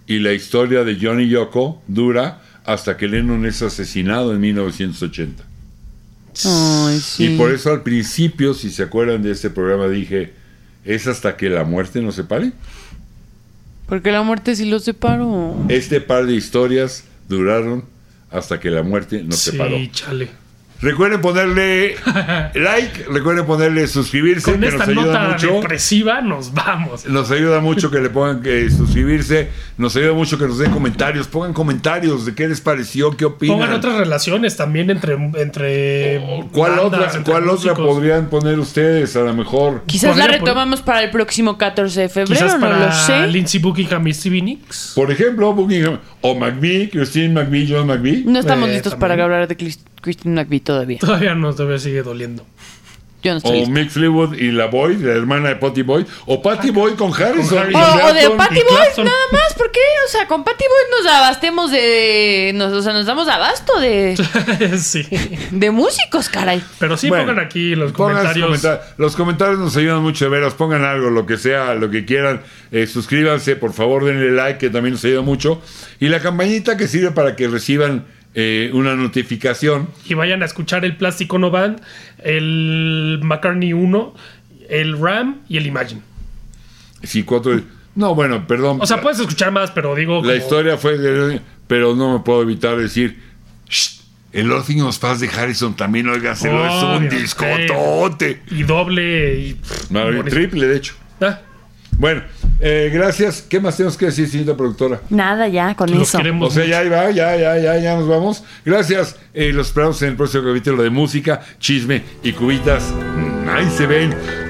Speaker 1: Y la historia de John y Yoko dura hasta que Lennon es asesinado en 1980.
Speaker 4: Ay, sí.
Speaker 1: Y por eso al principio, si se acuerdan de este programa, dije, es hasta que la muerte nos separe.
Speaker 4: Porque la muerte sí los separó.
Speaker 1: Este par de historias duraron hasta que la muerte nos
Speaker 2: sí,
Speaker 1: separó.
Speaker 2: chale.
Speaker 1: Recuerden ponerle like, recuerden ponerle suscribirse,
Speaker 2: Con
Speaker 1: que
Speaker 2: esta
Speaker 1: nos ayuda
Speaker 2: nota
Speaker 1: mucho.
Speaker 2: depresiva nos vamos.
Speaker 1: Nos ayuda mucho que le pongan que suscribirse, nos ayuda mucho que nos den comentarios, pongan comentarios de qué les pareció, qué opinan.
Speaker 2: Pongan otras relaciones también entre. entre
Speaker 1: Oh, ¿Cuál
Speaker 2: bandas,
Speaker 1: otra,
Speaker 2: entre
Speaker 1: cuál otra
Speaker 2: músicos.
Speaker 1: podrían poner ustedes a lo mejor?
Speaker 4: Quizás
Speaker 2: Podría
Speaker 4: la
Speaker 2: poner-
Speaker 4: retomamos para el próximo 14 de febrero,
Speaker 2: Quizás
Speaker 4: no
Speaker 2: para
Speaker 4: lo sé.
Speaker 2: Lindsey Buckingham y Stevie Nicks.
Speaker 1: Por ejemplo, Buckingham o McVie, Christine McVie, John McVie.
Speaker 4: No estamos
Speaker 2: Eh,
Speaker 4: listos
Speaker 2: también.
Speaker 4: para hablar de Chris- Christine McVie todavía.
Speaker 2: Todavía nos todavía sigue doliendo.
Speaker 4: Yo no
Speaker 1: O
Speaker 4: estoy lista.
Speaker 1: Mick Fleetwood y la Boy, la hermana de Patty Boy. O Patty Boy con Harrison.
Speaker 2: Harrison.
Speaker 1: y
Speaker 4: O, o de
Speaker 1: Clapton.
Speaker 4: Patty
Speaker 2: y
Speaker 4: Boyd
Speaker 2: Clapton.
Speaker 4: nada más, ¿por qué? O sea, con Patty Boyd nos abastemos de... Nos, o sea, nos damos abasto de,
Speaker 2: sí.
Speaker 4: de músicos, caray.
Speaker 2: Pero sí
Speaker 1: Bueno,
Speaker 2: pongan aquí los
Speaker 1: Pongan sus
Speaker 2: comentarios.
Speaker 1: comenta- los comentarios nos ayudan mucho, de veras. Pongan algo, lo que sea, lo que quieran. Eh, suscríbanse, por favor, denle like, que también nos ayuda mucho. Y la campanita que sirve para que reciban eh, una notificación.
Speaker 2: y vayan a escuchar el Plastic Ono Band, el McCartney 1, el Ram y el Imagine.
Speaker 1: Si cuatro- No, bueno, perdón.
Speaker 2: O sea, puedes escuchar más, pero digo.
Speaker 1: la
Speaker 2: como-
Speaker 1: historia fue. de- pero no me puedo evitar decir. "Shh, el Orphan of Paz de Harrison también, óiganselo,
Speaker 2: Oh,
Speaker 1: es un
Speaker 2: Dios, sí.
Speaker 1: discotote.
Speaker 2: Y doble y.
Speaker 1: Maravilloso,
Speaker 2: bonito.
Speaker 1: Triple, de hecho.
Speaker 2: Ah,
Speaker 1: Bueno, eh, gracias. ¿Qué más tenemos que decir, señorita productora?
Speaker 3: Nada, ya, con
Speaker 2: los
Speaker 3: eso.
Speaker 2: queremos.
Speaker 1: O sea,
Speaker 2: mucho.
Speaker 1: ya ahí va, ya, ya, ya, ya nos vamos. Gracias. Eh, los esperamos en el próximo capítulo de música, chisme y cubitas. Mm, Ahí se ven.